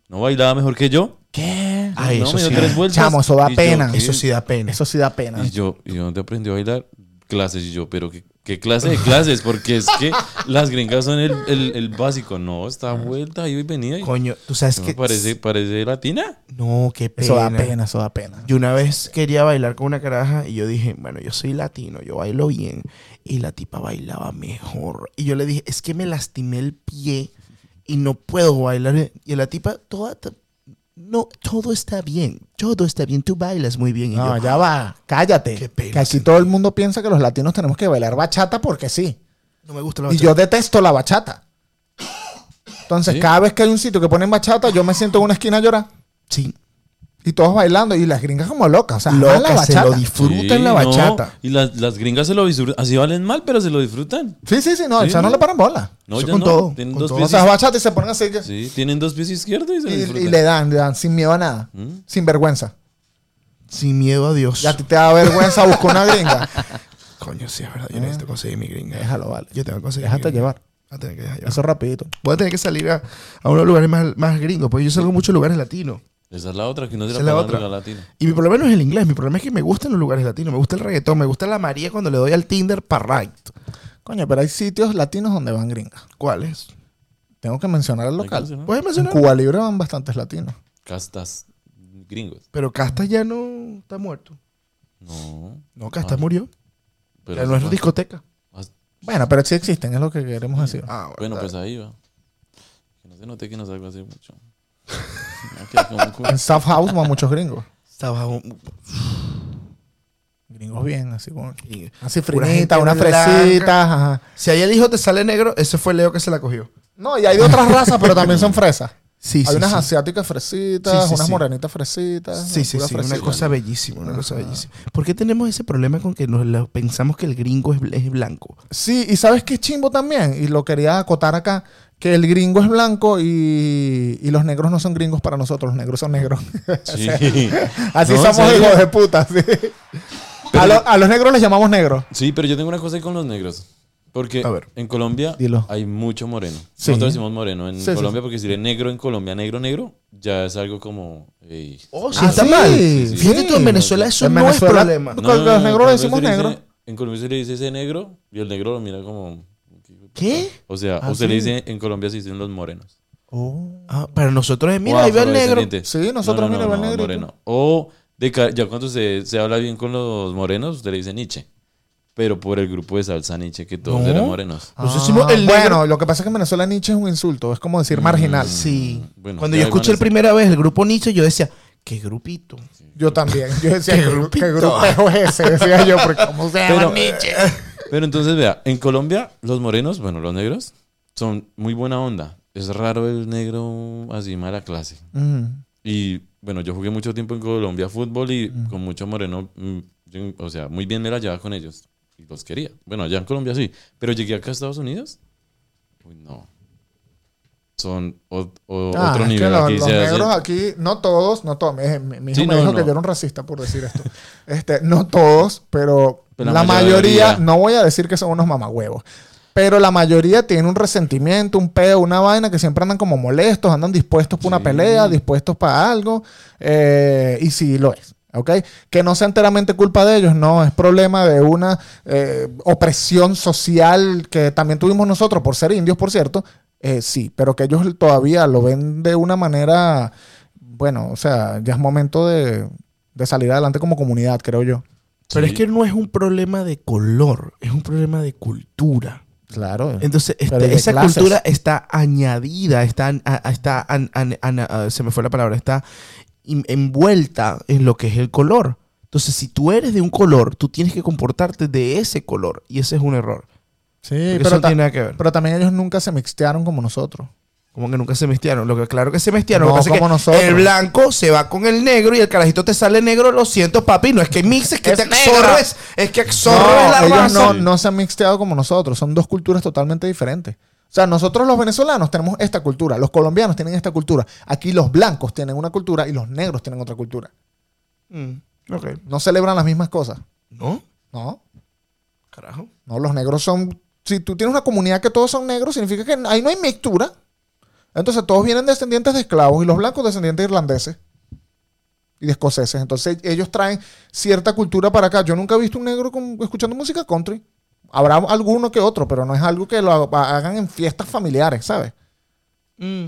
[SPEAKER 1] no bailaba mejor que yo.
[SPEAKER 3] ¿Qué?
[SPEAKER 2] Ay,
[SPEAKER 1] no,
[SPEAKER 2] eso
[SPEAKER 1] me dio
[SPEAKER 2] sí
[SPEAKER 1] tres
[SPEAKER 2] da-
[SPEAKER 1] vueltas.
[SPEAKER 3] Chamo, eso da
[SPEAKER 1] y yo,
[SPEAKER 3] pena.
[SPEAKER 1] ¿qué?
[SPEAKER 2] Eso sí da pena.
[SPEAKER 3] Eso sí da pena.
[SPEAKER 1] Y yo, ¿y dónde aprendió a bailar? Clases. Y yo, ¿pero qué, qué clase de clases? Porque es que las gringas son el, el- el básico. No, está vuelta, iba y venía. Y,
[SPEAKER 2] Coño, tú sabes
[SPEAKER 1] no,
[SPEAKER 2] que.
[SPEAKER 1] parece, parece latina.
[SPEAKER 2] No, qué pena.
[SPEAKER 3] Eso da pena, eso da pena.
[SPEAKER 2] Yo una vez quería bailar con una caraja y yo dije, bueno, yo soy latino, yo bailo bien. Y la tipa bailaba mejor. Y yo le dije, es que me lastimé el pie y no puedo bailar. bien". Y la tipa, toda, t- no, todo está bien, todo está bien, tú bailas muy bien. Y
[SPEAKER 3] No,
[SPEAKER 2] yo,
[SPEAKER 3] ya va. Cállate.
[SPEAKER 2] Qué pena,
[SPEAKER 3] que
[SPEAKER 2] sí.
[SPEAKER 3] aquí todo el mundo piensa que los latinos tenemos que bailar bachata porque sí.
[SPEAKER 2] no me gusta la
[SPEAKER 3] Y
[SPEAKER 2] bachata".
[SPEAKER 3] yo detesto la bachata. Entonces,
[SPEAKER 1] Sí.
[SPEAKER 3] cada vez que hay un sitio que ponen bachata, yo me siento en una esquina a llorar.
[SPEAKER 2] Sí,
[SPEAKER 3] Y todos bailando. Y las gringas como locas. O sea, aman la
[SPEAKER 2] loca, se
[SPEAKER 3] bachata.
[SPEAKER 2] lo disfrutan
[SPEAKER 1] Sí,
[SPEAKER 2] la
[SPEAKER 1] no,
[SPEAKER 2] bachata.
[SPEAKER 1] Y las, las gringas se lo disfrutan. Así valen mal, pero se lo disfrutan.
[SPEAKER 3] sí, sí, sí. No,
[SPEAKER 1] Sí,
[SPEAKER 3] o sea, no
[SPEAKER 1] no.
[SPEAKER 3] le paran bola.
[SPEAKER 1] No,
[SPEAKER 2] Eso
[SPEAKER 1] ya
[SPEAKER 2] con
[SPEAKER 1] no.
[SPEAKER 2] todo,
[SPEAKER 1] Tienen
[SPEAKER 2] con
[SPEAKER 1] dos
[SPEAKER 2] todo.
[SPEAKER 1] pies
[SPEAKER 3] O sea, bachata y se ponen así. que-
[SPEAKER 1] Sí, tienen dos pies izquierdos y se ¿Mm? lo
[SPEAKER 3] Y,
[SPEAKER 1] disfrutan.
[SPEAKER 3] y le dan, le dan sin miedo a nada. Sin vergüenza.
[SPEAKER 2] Sin miedo a Dios.
[SPEAKER 3] Y a ti te da vergüenza buscar una gringa.
[SPEAKER 2] Coño, sí, es verdad, yo necesito conseguir mi gringa.
[SPEAKER 3] Ah. Déjalo, vale.
[SPEAKER 2] Yo tengo que conseguir.
[SPEAKER 3] Déjate
[SPEAKER 2] mi gringa.
[SPEAKER 3] llevar.
[SPEAKER 2] Voy a tener que dejar llevar.
[SPEAKER 3] Eso rapidito.
[SPEAKER 2] Voy a tener que salir a, a unos lugares más, más gringos, porque yo salgo a muchos lugares latinos.
[SPEAKER 1] Esa es la otra que no se
[SPEAKER 2] Esa
[SPEAKER 1] la,
[SPEAKER 2] es la
[SPEAKER 1] pagan
[SPEAKER 2] otra.
[SPEAKER 1] a la latina.
[SPEAKER 2] Y mi problema no es el inglés, mi problema es que me gustan los lugares latinos, me gusta el reggaetón, me gusta la María cuando le doy al Tinder para right.
[SPEAKER 3] Coño, pero hay sitios latinos donde van gringas.
[SPEAKER 2] ¿Cuáles?
[SPEAKER 3] Tengo que mencionar el
[SPEAKER 1] Hay que
[SPEAKER 3] local. Pues,
[SPEAKER 1] mencionar.
[SPEAKER 2] ¿Puedes
[SPEAKER 3] En
[SPEAKER 2] mencionar?
[SPEAKER 3] Cuba Libre van bastantes latinos.
[SPEAKER 1] Castas gringos.
[SPEAKER 2] Pero Castas ya no está muerto.
[SPEAKER 1] No.
[SPEAKER 2] No, Castas
[SPEAKER 1] Ah,
[SPEAKER 2] murió.
[SPEAKER 1] Pero
[SPEAKER 2] ya no es
[SPEAKER 1] ah,
[SPEAKER 2] discoteca.
[SPEAKER 1] ah,
[SPEAKER 3] Bueno, pero sí existen, es lo que queremos decir.
[SPEAKER 2] Ah,
[SPEAKER 1] Bueno,
[SPEAKER 2] está.
[SPEAKER 1] pues ahí va. Que no se note que no salgo así mucho. Me quedé como un culo.
[SPEAKER 3] <laughs> En South House van muchos gringos.
[SPEAKER 2] Estaba un-
[SPEAKER 3] Gringos bien, así como...
[SPEAKER 2] y-
[SPEAKER 3] Así
[SPEAKER 2] Pura
[SPEAKER 3] frinita,
[SPEAKER 2] gente
[SPEAKER 3] unas
[SPEAKER 2] blanca.
[SPEAKER 3] fresitas. ajá.
[SPEAKER 2] Si ahí el hijo te sale negro, ese fue Leo que se la cogió.
[SPEAKER 3] No, y hay de otras razas, pero también son fresas.
[SPEAKER 2] Sí,
[SPEAKER 3] Hay
[SPEAKER 2] sí,
[SPEAKER 3] unas
[SPEAKER 2] sí.
[SPEAKER 3] asiáticas fresitas,
[SPEAKER 2] Sí, sí,
[SPEAKER 3] unas
[SPEAKER 2] sí.
[SPEAKER 3] morenitas fresitas.
[SPEAKER 2] Sí, sí,
[SPEAKER 3] pura
[SPEAKER 2] sí,
[SPEAKER 3] fresita.
[SPEAKER 2] una cosa bellísima, una cosa bellísima. ¿Por qué tenemos ese problema con que nos la- pensamos que el gringo es, bl- es blanco?
[SPEAKER 3] Sí, y sabes qué chimbo también, y lo quería acotar acá, que el gringo es blanco y, y los negros no son gringos para nosotros, los negros son negros. <laughs>
[SPEAKER 1] Sí.
[SPEAKER 3] Así
[SPEAKER 1] No, ¿en
[SPEAKER 3] somos
[SPEAKER 1] serio?
[SPEAKER 3] hijos de puta. sí. A, lo- a los negros les llamamos negros.
[SPEAKER 1] Sí, pero yo tengo una cosa ahí con los negros. Porque
[SPEAKER 2] A ver.
[SPEAKER 1] en Colombia
[SPEAKER 3] Dilo.
[SPEAKER 1] hay mucho moreno.
[SPEAKER 3] Sí.
[SPEAKER 1] Nosotros decimos moreno en
[SPEAKER 3] Sí, sí,
[SPEAKER 1] Colombia porque si eres negro en Colombia, negro, negro, ya es algo como... ey.
[SPEAKER 2] Oh,
[SPEAKER 3] Ah, sí. Sí,
[SPEAKER 2] Fíjate
[SPEAKER 3] sí.
[SPEAKER 2] tú, en Venezuela eso
[SPEAKER 3] En
[SPEAKER 2] no
[SPEAKER 3] Venezuela-
[SPEAKER 2] es problema.
[SPEAKER 3] Con los negros le
[SPEAKER 1] Colombia
[SPEAKER 3] decimos
[SPEAKER 1] se le dice-
[SPEAKER 3] negro.
[SPEAKER 1] en Colombia se le dice ese negro y el negro lo mira como...
[SPEAKER 2] ¿Qué?
[SPEAKER 1] O sea,
[SPEAKER 3] Ah,
[SPEAKER 1] o se le
[SPEAKER 3] sí.
[SPEAKER 1] dice en Colombia se dicen los morenos.
[SPEAKER 3] Oh.
[SPEAKER 2] Ah, para nosotros es,
[SPEAKER 1] O
[SPEAKER 2] mira, ahí va el negro.
[SPEAKER 1] afrodescendiente.
[SPEAKER 3] Sí, nosotros, mira, va el negrito.
[SPEAKER 1] moreno. O de ca- ya cuando se, se habla bien con los morenos, usted le dice Nietzsche. Pero por el grupo de salsa Nietzsche, que todos
[SPEAKER 2] No.
[SPEAKER 1] eran morenos.
[SPEAKER 2] Nosotros decimos el negro.
[SPEAKER 3] Ah,
[SPEAKER 2] Mm,
[SPEAKER 3] bueno, lo que pasa es que en Venezuela Nietzsche es un insulto, es como decir marginal.
[SPEAKER 2] Sí.
[SPEAKER 3] Mm,
[SPEAKER 1] Bueno,
[SPEAKER 2] Cuando
[SPEAKER 1] ya
[SPEAKER 2] yo escuché
[SPEAKER 1] hay
[SPEAKER 2] la primera vez el grupo Nietzsche, yo decía, qué grupito.
[SPEAKER 3] Yo también. Yo decía,
[SPEAKER 2] Qué
[SPEAKER 3] ¿qué, gru- qué
[SPEAKER 2] grupito.
[SPEAKER 3] grupeo es ese? Decía yo, porque
[SPEAKER 2] <laughs>
[SPEAKER 3] ¿cómo se llama
[SPEAKER 1] Pero-
[SPEAKER 3] Nietzsche?
[SPEAKER 1] <laughs> Pero entonces, vea, en Colombia, los morenos, bueno, los negros, son muy buena onda. Es raro el negro así mala clase.
[SPEAKER 3] Mm.
[SPEAKER 1] Y bueno, yo jugué mucho tiempo en Colombia fútbol y con mucho moreno, mm, yo- o sea, muy bien me la llevaba con ellos. Y los quería. Bueno, allá en Colombia sí. Pero llegué acá a Estados Unidos. Uy, no. Son o- o-
[SPEAKER 3] Ah,
[SPEAKER 1] otro
[SPEAKER 3] es que
[SPEAKER 1] nivel.
[SPEAKER 3] lo-
[SPEAKER 1] aquí
[SPEAKER 3] los
[SPEAKER 1] se hace-
[SPEAKER 3] negros aquí, no todos, no todos. Mi, mi- mi hijo
[SPEAKER 1] Sí,
[SPEAKER 3] me
[SPEAKER 1] no,
[SPEAKER 3] dijo
[SPEAKER 1] no.
[SPEAKER 3] que yo era un racista por decir esto. <laughs> Este, no todos, pero
[SPEAKER 1] Pero
[SPEAKER 3] la
[SPEAKER 1] la
[SPEAKER 3] mayoría,
[SPEAKER 1] mayoría.
[SPEAKER 3] no voy a decir que son unos mamagüevos. Pero la mayoría tiene un resentimiento, un peo, una vaina que siempre andan como molestos, andan dispuestos para una
[SPEAKER 1] Sí.
[SPEAKER 3] pelea, dispuestos para algo. eh, y sí lo es. ¿Ok? Que no sea enteramente culpa de ellos, no, es problema de una eh, opresión social que también tuvimos nosotros por ser indios, por cierto, eh, sí, pero que ellos todavía lo ven de una manera, bueno, o sea, ya es momento de, de salir adelante como comunidad, creo yo.
[SPEAKER 2] Pero
[SPEAKER 1] Sí.
[SPEAKER 2] es que no es un problema de color, es un problema de cultura.
[SPEAKER 3] Claro.
[SPEAKER 2] Entonces, esta-
[SPEAKER 3] Pero y de
[SPEAKER 2] esa
[SPEAKER 3] clases.
[SPEAKER 2] cultura está añadida, está, an- a- está an- an- an- ah, se me fue la palabra, está in- envuelta en lo que es el color. Entonces, si tú eres de un color, tú tienes que comportarte de ese color. Y ese es un error.
[SPEAKER 3] sí,
[SPEAKER 2] Porque eso
[SPEAKER 3] pero,
[SPEAKER 2] no tiene
[SPEAKER 3] ta-
[SPEAKER 2] nada que ver.
[SPEAKER 3] pero también ellos nunca se mixtearon como nosotros.
[SPEAKER 2] Como que nunca se mestiaron. Lo que claro que se mestiaron. lo
[SPEAKER 3] No,
[SPEAKER 2] que pasa es
[SPEAKER 3] como
[SPEAKER 2] que
[SPEAKER 3] nosotros.
[SPEAKER 2] El blanco se va con el negro y el carajito te sale negro. Lo siento, papi. No es que mixes, que
[SPEAKER 3] Es
[SPEAKER 2] te
[SPEAKER 3] negro.
[SPEAKER 2] absorbes. Es que absorbes
[SPEAKER 3] No,
[SPEAKER 2] la
[SPEAKER 3] ellos
[SPEAKER 2] raza.
[SPEAKER 3] no, no se han mixteado como nosotros. Son dos culturas totalmente diferentes. O sea, nosotros los venezolanos tenemos esta cultura, los colombianos tienen esta cultura. Aquí los blancos tienen una cultura y los negros tienen otra cultura.
[SPEAKER 2] Mm, ok.
[SPEAKER 3] No celebran las mismas cosas.
[SPEAKER 2] ¿No?
[SPEAKER 3] No,
[SPEAKER 2] Carajo.
[SPEAKER 3] no, los negros son. Si tú tienes una comunidad que todos son negros, significa que ahí no hay mixtura. Entonces todos vienen descendientes de esclavos y los blancos descendientes de irlandeses y de escoceses. Entonces ellos traen cierta cultura para acá. Yo nunca he visto un negro con- escuchando música country. Habrá alguno que otro, pero no es algo que lo ha- hagan en fiestas familiares, ¿sabes?
[SPEAKER 2] Mm.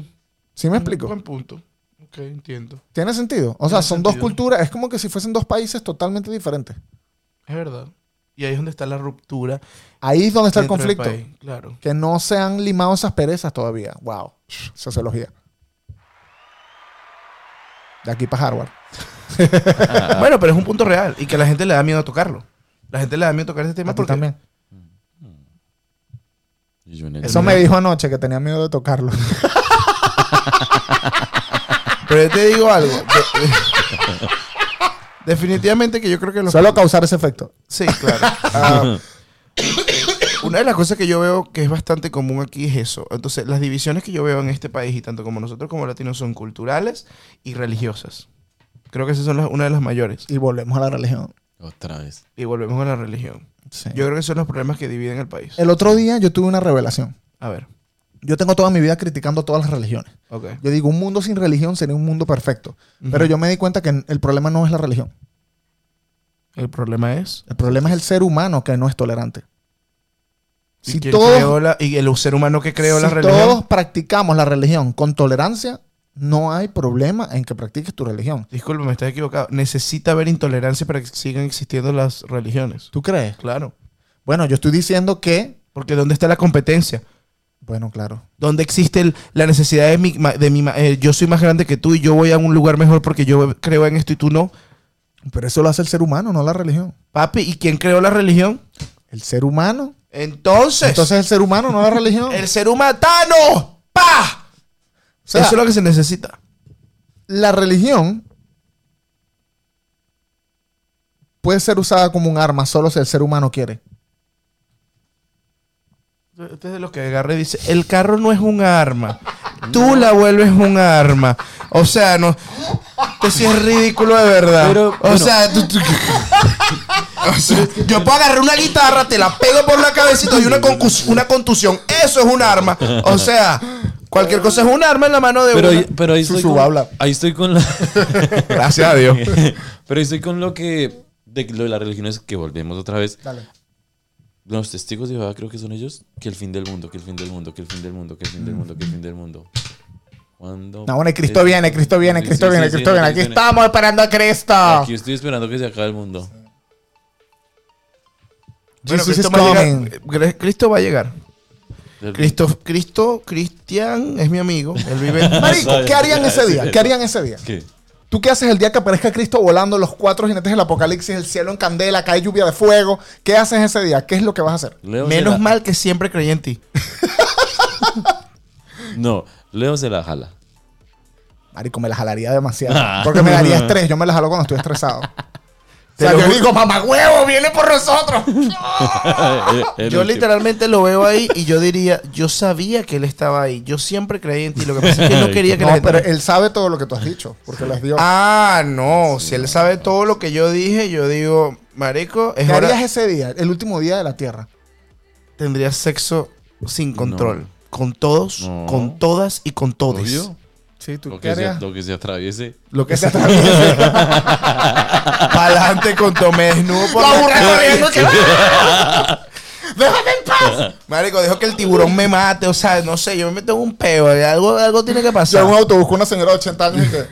[SPEAKER 3] ¿Sí me explico?
[SPEAKER 2] Buen punto. Ok, entiendo.
[SPEAKER 3] Tiene sentido. O sea,
[SPEAKER 2] Tiene
[SPEAKER 3] son dos
[SPEAKER 2] sentido.
[SPEAKER 3] culturas. Es como que si fuesen dos países totalmente diferentes.
[SPEAKER 2] Es verdad. Y ahí es donde está la ruptura.
[SPEAKER 3] Ahí es donde está el
[SPEAKER 2] dentro del
[SPEAKER 3] conflicto.
[SPEAKER 2] país, Claro.
[SPEAKER 3] Que no se han limado esas perezas todavía. Wow. Sociología. De aquí para Harvard. Ah.
[SPEAKER 2] Bueno, pero es un punto real y que la gente le da miedo a tocarlo. La gente le da miedo a tocar este
[SPEAKER 3] A
[SPEAKER 2] tema
[SPEAKER 3] ti
[SPEAKER 2] porque
[SPEAKER 3] también.
[SPEAKER 1] Y yo en el-
[SPEAKER 3] Eso me dijo anoche que tenía miedo de <laughs> tocarlo.
[SPEAKER 2] Pero yo te digo algo. de- <laughs> Definitivamente que yo creo que los...
[SPEAKER 3] Solo causar ese efecto.
[SPEAKER 2] Sí,
[SPEAKER 3] <laughs>
[SPEAKER 2] claro. Ah, una de las cosas que yo veo que es bastante común aquí es eso. Entonces, las divisiones que yo veo en este país, y tanto como nosotros como latinos, son culturales y religiosas. Creo que esas son las- una de las mayores.
[SPEAKER 3] Y volvemos a la religión.
[SPEAKER 1] Otra vez.
[SPEAKER 2] Y volvemos a la religión.
[SPEAKER 3] Sí.
[SPEAKER 2] Yo creo que son los problemas que dividen el país.
[SPEAKER 3] El otro día yo tuve una revelación.
[SPEAKER 2] A ver.
[SPEAKER 3] Yo tengo toda mi vida criticando todas las religiones.
[SPEAKER 2] Ok.
[SPEAKER 3] Yo digo, un mundo sin religión sería un mundo perfecto. Pero yo me di cuenta que el problema no es la religión.
[SPEAKER 2] El problema es.
[SPEAKER 3] El problema es el ser humano que no es tolerante.
[SPEAKER 2] ¿Y
[SPEAKER 3] Si
[SPEAKER 2] quién
[SPEAKER 3] todos-
[SPEAKER 2] creó la- y el ser humano que creó
[SPEAKER 3] si
[SPEAKER 2] la religión.
[SPEAKER 3] todos practicamos la religión con tolerancia, no hay problema en que practiques tu religión.
[SPEAKER 2] Disculpe, me estás equivocado. Necesita haber intolerancia para que sigan existiendo las religiones.
[SPEAKER 3] ¿Tú crees?
[SPEAKER 2] Claro.
[SPEAKER 3] Bueno, yo estoy diciendo que...
[SPEAKER 2] Porque ¿dónde está la competencia?
[SPEAKER 3] Bueno, claro.
[SPEAKER 2] ¿Dónde existe el- la necesidad de mi... ma- De mi ma- eh, yo soy más grande que tú y yo voy a un lugar mejor porque yo creo en esto y tú no?
[SPEAKER 3] Pero eso lo hace el ser humano, no la religión.
[SPEAKER 2] Papi, ¿y quién creó la religión?
[SPEAKER 3] El ser humano.
[SPEAKER 2] Entonces,
[SPEAKER 3] Entonces el ser humano, no la
[SPEAKER 2] <laughs>
[SPEAKER 3] religión.
[SPEAKER 2] el ser humano... ¡Tano! ¡Pa!
[SPEAKER 3] O sea,
[SPEAKER 2] Eso es lo que se necesita.
[SPEAKER 3] la religión puede ser usada como un arma solo si el ser humano quiere.
[SPEAKER 2] Este es de lo que agarre y dice, el carro no es un arma. Tú la vuelves un arma. O sea, no... Esto sí es ridículo de verdad.
[SPEAKER 1] Pero,
[SPEAKER 2] o,
[SPEAKER 1] bueno.
[SPEAKER 2] sea, tú- <laughs> tú- o sea, yo puedo agarrar una guitarra, te la pego por la cabeza y te doy una, concus- una contusión. Eso es un arma. O sea, cualquier cosa es un arma en la mano de
[SPEAKER 1] Pero,
[SPEAKER 2] uno.
[SPEAKER 1] pero ahí, estoy
[SPEAKER 2] Susu
[SPEAKER 1] con,
[SPEAKER 2] habla.
[SPEAKER 1] ahí estoy con la...
[SPEAKER 2] <laughs> Gracias
[SPEAKER 1] <laughs>
[SPEAKER 2] a Dios.
[SPEAKER 1] pero ahí estoy con lo que... De lo de las religiones que volvemos otra vez. Los testigos de Jehová creo que son ellos. Que el fin del mundo, que el fin del mundo, que el fin del mundo, que el fin del mundo, que el fin del mundo. Cuando...
[SPEAKER 3] No, bueno, Cristo viene, Cristo viene,
[SPEAKER 1] Sí,
[SPEAKER 3] Cristo
[SPEAKER 1] sí,
[SPEAKER 3] viene,
[SPEAKER 1] sí,
[SPEAKER 3] Cristo
[SPEAKER 1] sí,
[SPEAKER 3] viene. Aquí
[SPEAKER 1] Cristo viene.
[SPEAKER 3] estamos esperando a Cristo.
[SPEAKER 1] Aquí estoy esperando que se acabe el mundo.
[SPEAKER 2] Bueno,
[SPEAKER 3] Jesus is
[SPEAKER 2] Cristo, va a llegar.
[SPEAKER 3] coming.
[SPEAKER 2] Cre- Cristo va a llegar.
[SPEAKER 1] El-
[SPEAKER 2] Cristo, Cristo, Cristian es mi amigo. Él vive en-
[SPEAKER 3] Marico, ¿qué harían ese día? ¿Qué harían ese día?
[SPEAKER 1] ¿Qué?
[SPEAKER 3] ¿Tú qué haces el día que aparezca Cristo volando los cuatro jinetes del apocalipsis, el cielo en candela, cae lluvia de fuego? ¿Qué haces ese día? ¿Qué es lo que vas a hacer?
[SPEAKER 1] Leo se
[SPEAKER 2] Menos
[SPEAKER 1] la-
[SPEAKER 2] mal que siempre creí en ti.
[SPEAKER 1] No, Leo se la jala.
[SPEAKER 3] Marico, me la jalaría
[SPEAKER 2] Ah.
[SPEAKER 3] demasiado. Porque me
[SPEAKER 2] <laughs>
[SPEAKER 3] daría estrés. Yo me la jalo cuando estoy estresado. o
[SPEAKER 2] Te
[SPEAKER 3] sea,
[SPEAKER 2] lo
[SPEAKER 3] yo
[SPEAKER 2] ju-
[SPEAKER 3] digo, mamá huevo, viene por nosotros.
[SPEAKER 1] El
[SPEAKER 2] Yo
[SPEAKER 1] último.
[SPEAKER 2] literalmente lo veo ahí y yo diría, yo sabía que él estaba ahí. Yo siempre creí en ti. Lo que pasa <laughs> es que no quería que la
[SPEAKER 3] No,
[SPEAKER 2] gente-
[SPEAKER 3] pero él sabe todo lo que tú has dicho, porque les dio.
[SPEAKER 2] Ah, no. Si él sabe todo lo que yo dije, yo digo, marico, es
[SPEAKER 3] ¿Qué
[SPEAKER 2] hora-
[SPEAKER 3] harías ese día? El último día de la Tierra.
[SPEAKER 2] Tendría sexo sin control. Con todos,
[SPEAKER 1] No.
[SPEAKER 2] con todas y con todos.
[SPEAKER 1] Obvio.
[SPEAKER 3] Sí, tú
[SPEAKER 1] Lo
[SPEAKER 3] qué
[SPEAKER 1] que, se,
[SPEAKER 3] harías.
[SPEAKER 1] lo que se atraviese.
[SPEAKER 3] Lo que se atraviesa.
[SPEAKER 2] Pa'lante con Tomé desnudo. por
[SPEAKER 3] La
[SPEAKER 2] la
[SPEAKER 3] burra
[SPEAKER 2] calle.
[SPEAKER 3] corriendo que va.
[SPEAKER 2] <laughs>
[SPEAKER 3] ¡Déjame en paz!
[SPEAKER 2] Marico, dijo que el tiburón me mate. O sea, no sé, yo me meto en un peo. Algo, algo tiene que
[SPEAKER 3] <laughs> Yo
[SPEAKER 2] pasar.
[SPEAKER 3] en un autobús con una señora de 80 años y que.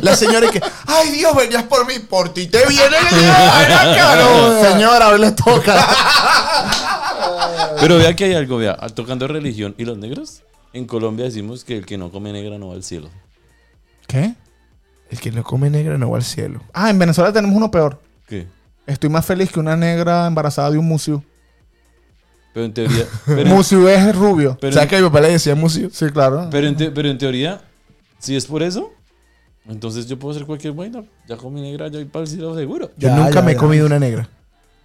[SPEAKER 2] La señora es que, ay Dios, venías por mí, por ti te vienen a
[SPEAKER 3] <laughs>
[SPEAKER 2] la cara.
[SPEAKER 3] Señora, hoy les toca.
[SPEAKER 1] Pero vea que hay algo, vea. ah, Tocando religión y los negros. En Colombia decimos que el que no come negra no va al cielo.
[SPEAKER 3] ¿Qué?
[SPEAKER 2] El que no come negra no va al cielo.
[SPEAKER 3] Ah, en Venezuela tenemos uno peor.
[SPEAKER 1] ¿Qué?
[SPEAKER 3] Estoy más feliz que una negra embarazada de un museo.
[SPEAKER 1] Pero en
[SPEAKER 3] <laughs>
[SPEAKER 1] teoría. Pero, en-
[SPEAKER 3] Museo es rubio.
[SPEAKER 1] pero
[SPEAKER 2] ¿Sabes
[SPEAKER 1] en,
[SPEAKER 2] que mi papá le decía musio?
[SPEAKER 3] Sí, claro.
[SPEAKER 1] pero en te- pero en teoría, si es por eso, entonces yo puedo hacer cualquier vaina. Ya comí negra, ya voy para el cielo seguro.
[SPEAKER 2] Yo
[SPEAKER 3] Ya,
[SPEAKER 2] nunca
[SPEAKER 3] ya,
[SPEAKER 2] me he
[SPEAKER 3] ya.
[SPEAKER 2] comido una negra.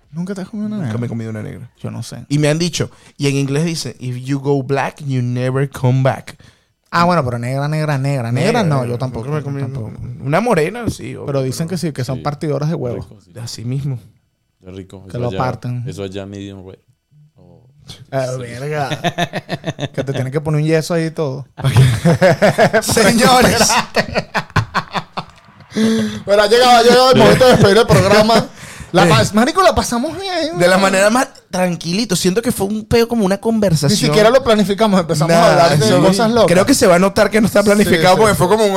[SPEAKER 3] ¿Nunca te has comido una
[SPEAKER 2] Nunca me <laughs> he
[SPEAKER 3] negra?
[SPEAKER 2] comido una negra.
[SPEAKER 3] Yo no sé.
[SPEAKER 2] Y me han dicho, y en inglés dice, if you go black, you never come back.
[SPEAKER 3] Ah, bueno, pero negra, negra, negra. Negra, no, yo tampoco.
[SPEAKER 2] Nunca me he comido- Una morena, sí. obvio,
[SPEAKER 3] Pero dicen que sí, que son
[SPEAKER 1] sí.
[SPEAKER 3] partidoras de huevos.
[SPEAKER 1] Rico, sí,
[SPEAKER 2] Así
[SPEAKER 3] <laughs>
[SPEAKER 2] mismo.
[SPEAKER 1] es rico.
[SPEAKER 3] Que
[SPEAKER 1] Eso
[SPEAKER 3] lo
[SPEAKER 1] allá-
[SPEAKER 3] partan.
[SPEAKER 1] Eso allá medium rare. O-
[SPEAKER 3] Ah,
[SPEAKER 2] <laughs>
[SPEAKER 3] verga. que te tienen que poner un yeso ahí y todo.
[SPEAKER 2] <laughs>
[SPEAKER 3] Ah,
[SPEAKER 2] Señores,
[SPEAKER 3] Bueno, ha llegado, ha llegado el momento de despedir
[SPEAKER 2] <laughs>
[SPEAKER 3] el programa. La pas- Marico, la pasamos bien.
[SPEAKER 2] de la manera más tranquilito. Siento que fue un peo como una
[SPEAKER 3] Ni
[SPEAKER 2] conversación.
[SPEAKER 3] siquiera lo planificamos. Empezamos
[SPEAKER 2] Nah,
[SPEAKER 3] a hablar de
[SPEAKER 2] sí.
[SPEAKER 3] cosas locas.
[SPEAKER 2] Creo que se va a notar que no está planificado
[SPEAKER 3] sí,
[SPEAKER 2] porque
[SPEAKER 3] sí.
[SPEAKER 2] fue como un...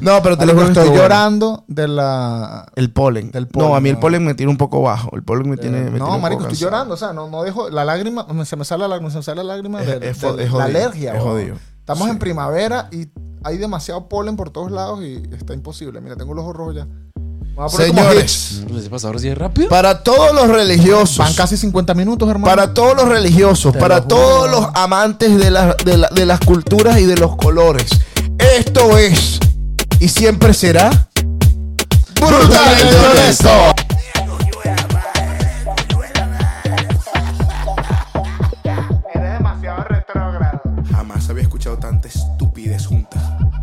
[SPEAKER 2] No, pero te lo
[SPEAKER 3] Marico,
[SPEAKER 2] juro que estuvo
[SPEAKER 3] estoy
[SPEAKER 2] bueno. Eh,
[SPEAKER 3] llorando de la...
[SPEAKER 2] El polen.
[SPEAKER 3] Del polen,
[SPEAKER 2] No, a mí el
[SPEAKER 3] ¿no?
[SPEAKER 2] polen me tiene un poco bajo. El polen me tiene. me tiene
[SPEAKER 3] No,
[SPEAKER 2] un
[SPEAKER 3] marico,
[SPEAKER 2] poco
[SPEAKER 3] estoy
[SPEAKER 2] cansado.
[SPEAKER 3] llorando. O sea, no, no dejo... La lágrima... me- Se me sale la lágrima, se me sale la lágrima
[SPEAKER 2] Es-
[SPEAKER 3] de,
[SPEAKER 2] es
[SPEAKER 3] de
[SPEAKER 2] jod- es
[SPEAKER 3] la
[SPEAKER 2] jodido,
[SPEAKER 3] alergia.
[SPEAKER 2] es
[SPEAKER 3] weón. Ah,
[SPEAKER 2] jodido.
[SPEAKER 3] Estamos en
[SPEAKER 2] Sí.
[SPEAKER 3] primavera y hay demasiado polen por todos lados y está imposible. Mira, tengo los ojos rojos ya. Me voy a poner como Hitch.
[SPEAKER 2] Señores,
[SPEAKER 1] ¿Les he pasado ahora sí de rápido?
[SPEAKER 2] para todos los
[SPEAKER 3] Van
[SPEAKER 2] religiosos,
[SPEAKER 3] casi 50 minutos, hermano.
[SPEAKER 2] para todos los religiosos,
[SPEAKER 3] Te lo
[SPEAKER 2] para
[SPEAKER 3] juro.
[SPEAKER 2] todos los amantes de, la- de la- de las culturas y de los colores, esto es y siempre será brutalmente honesto.
[SPEAKER 5] Jamás había escuchado tanta estupidez junta.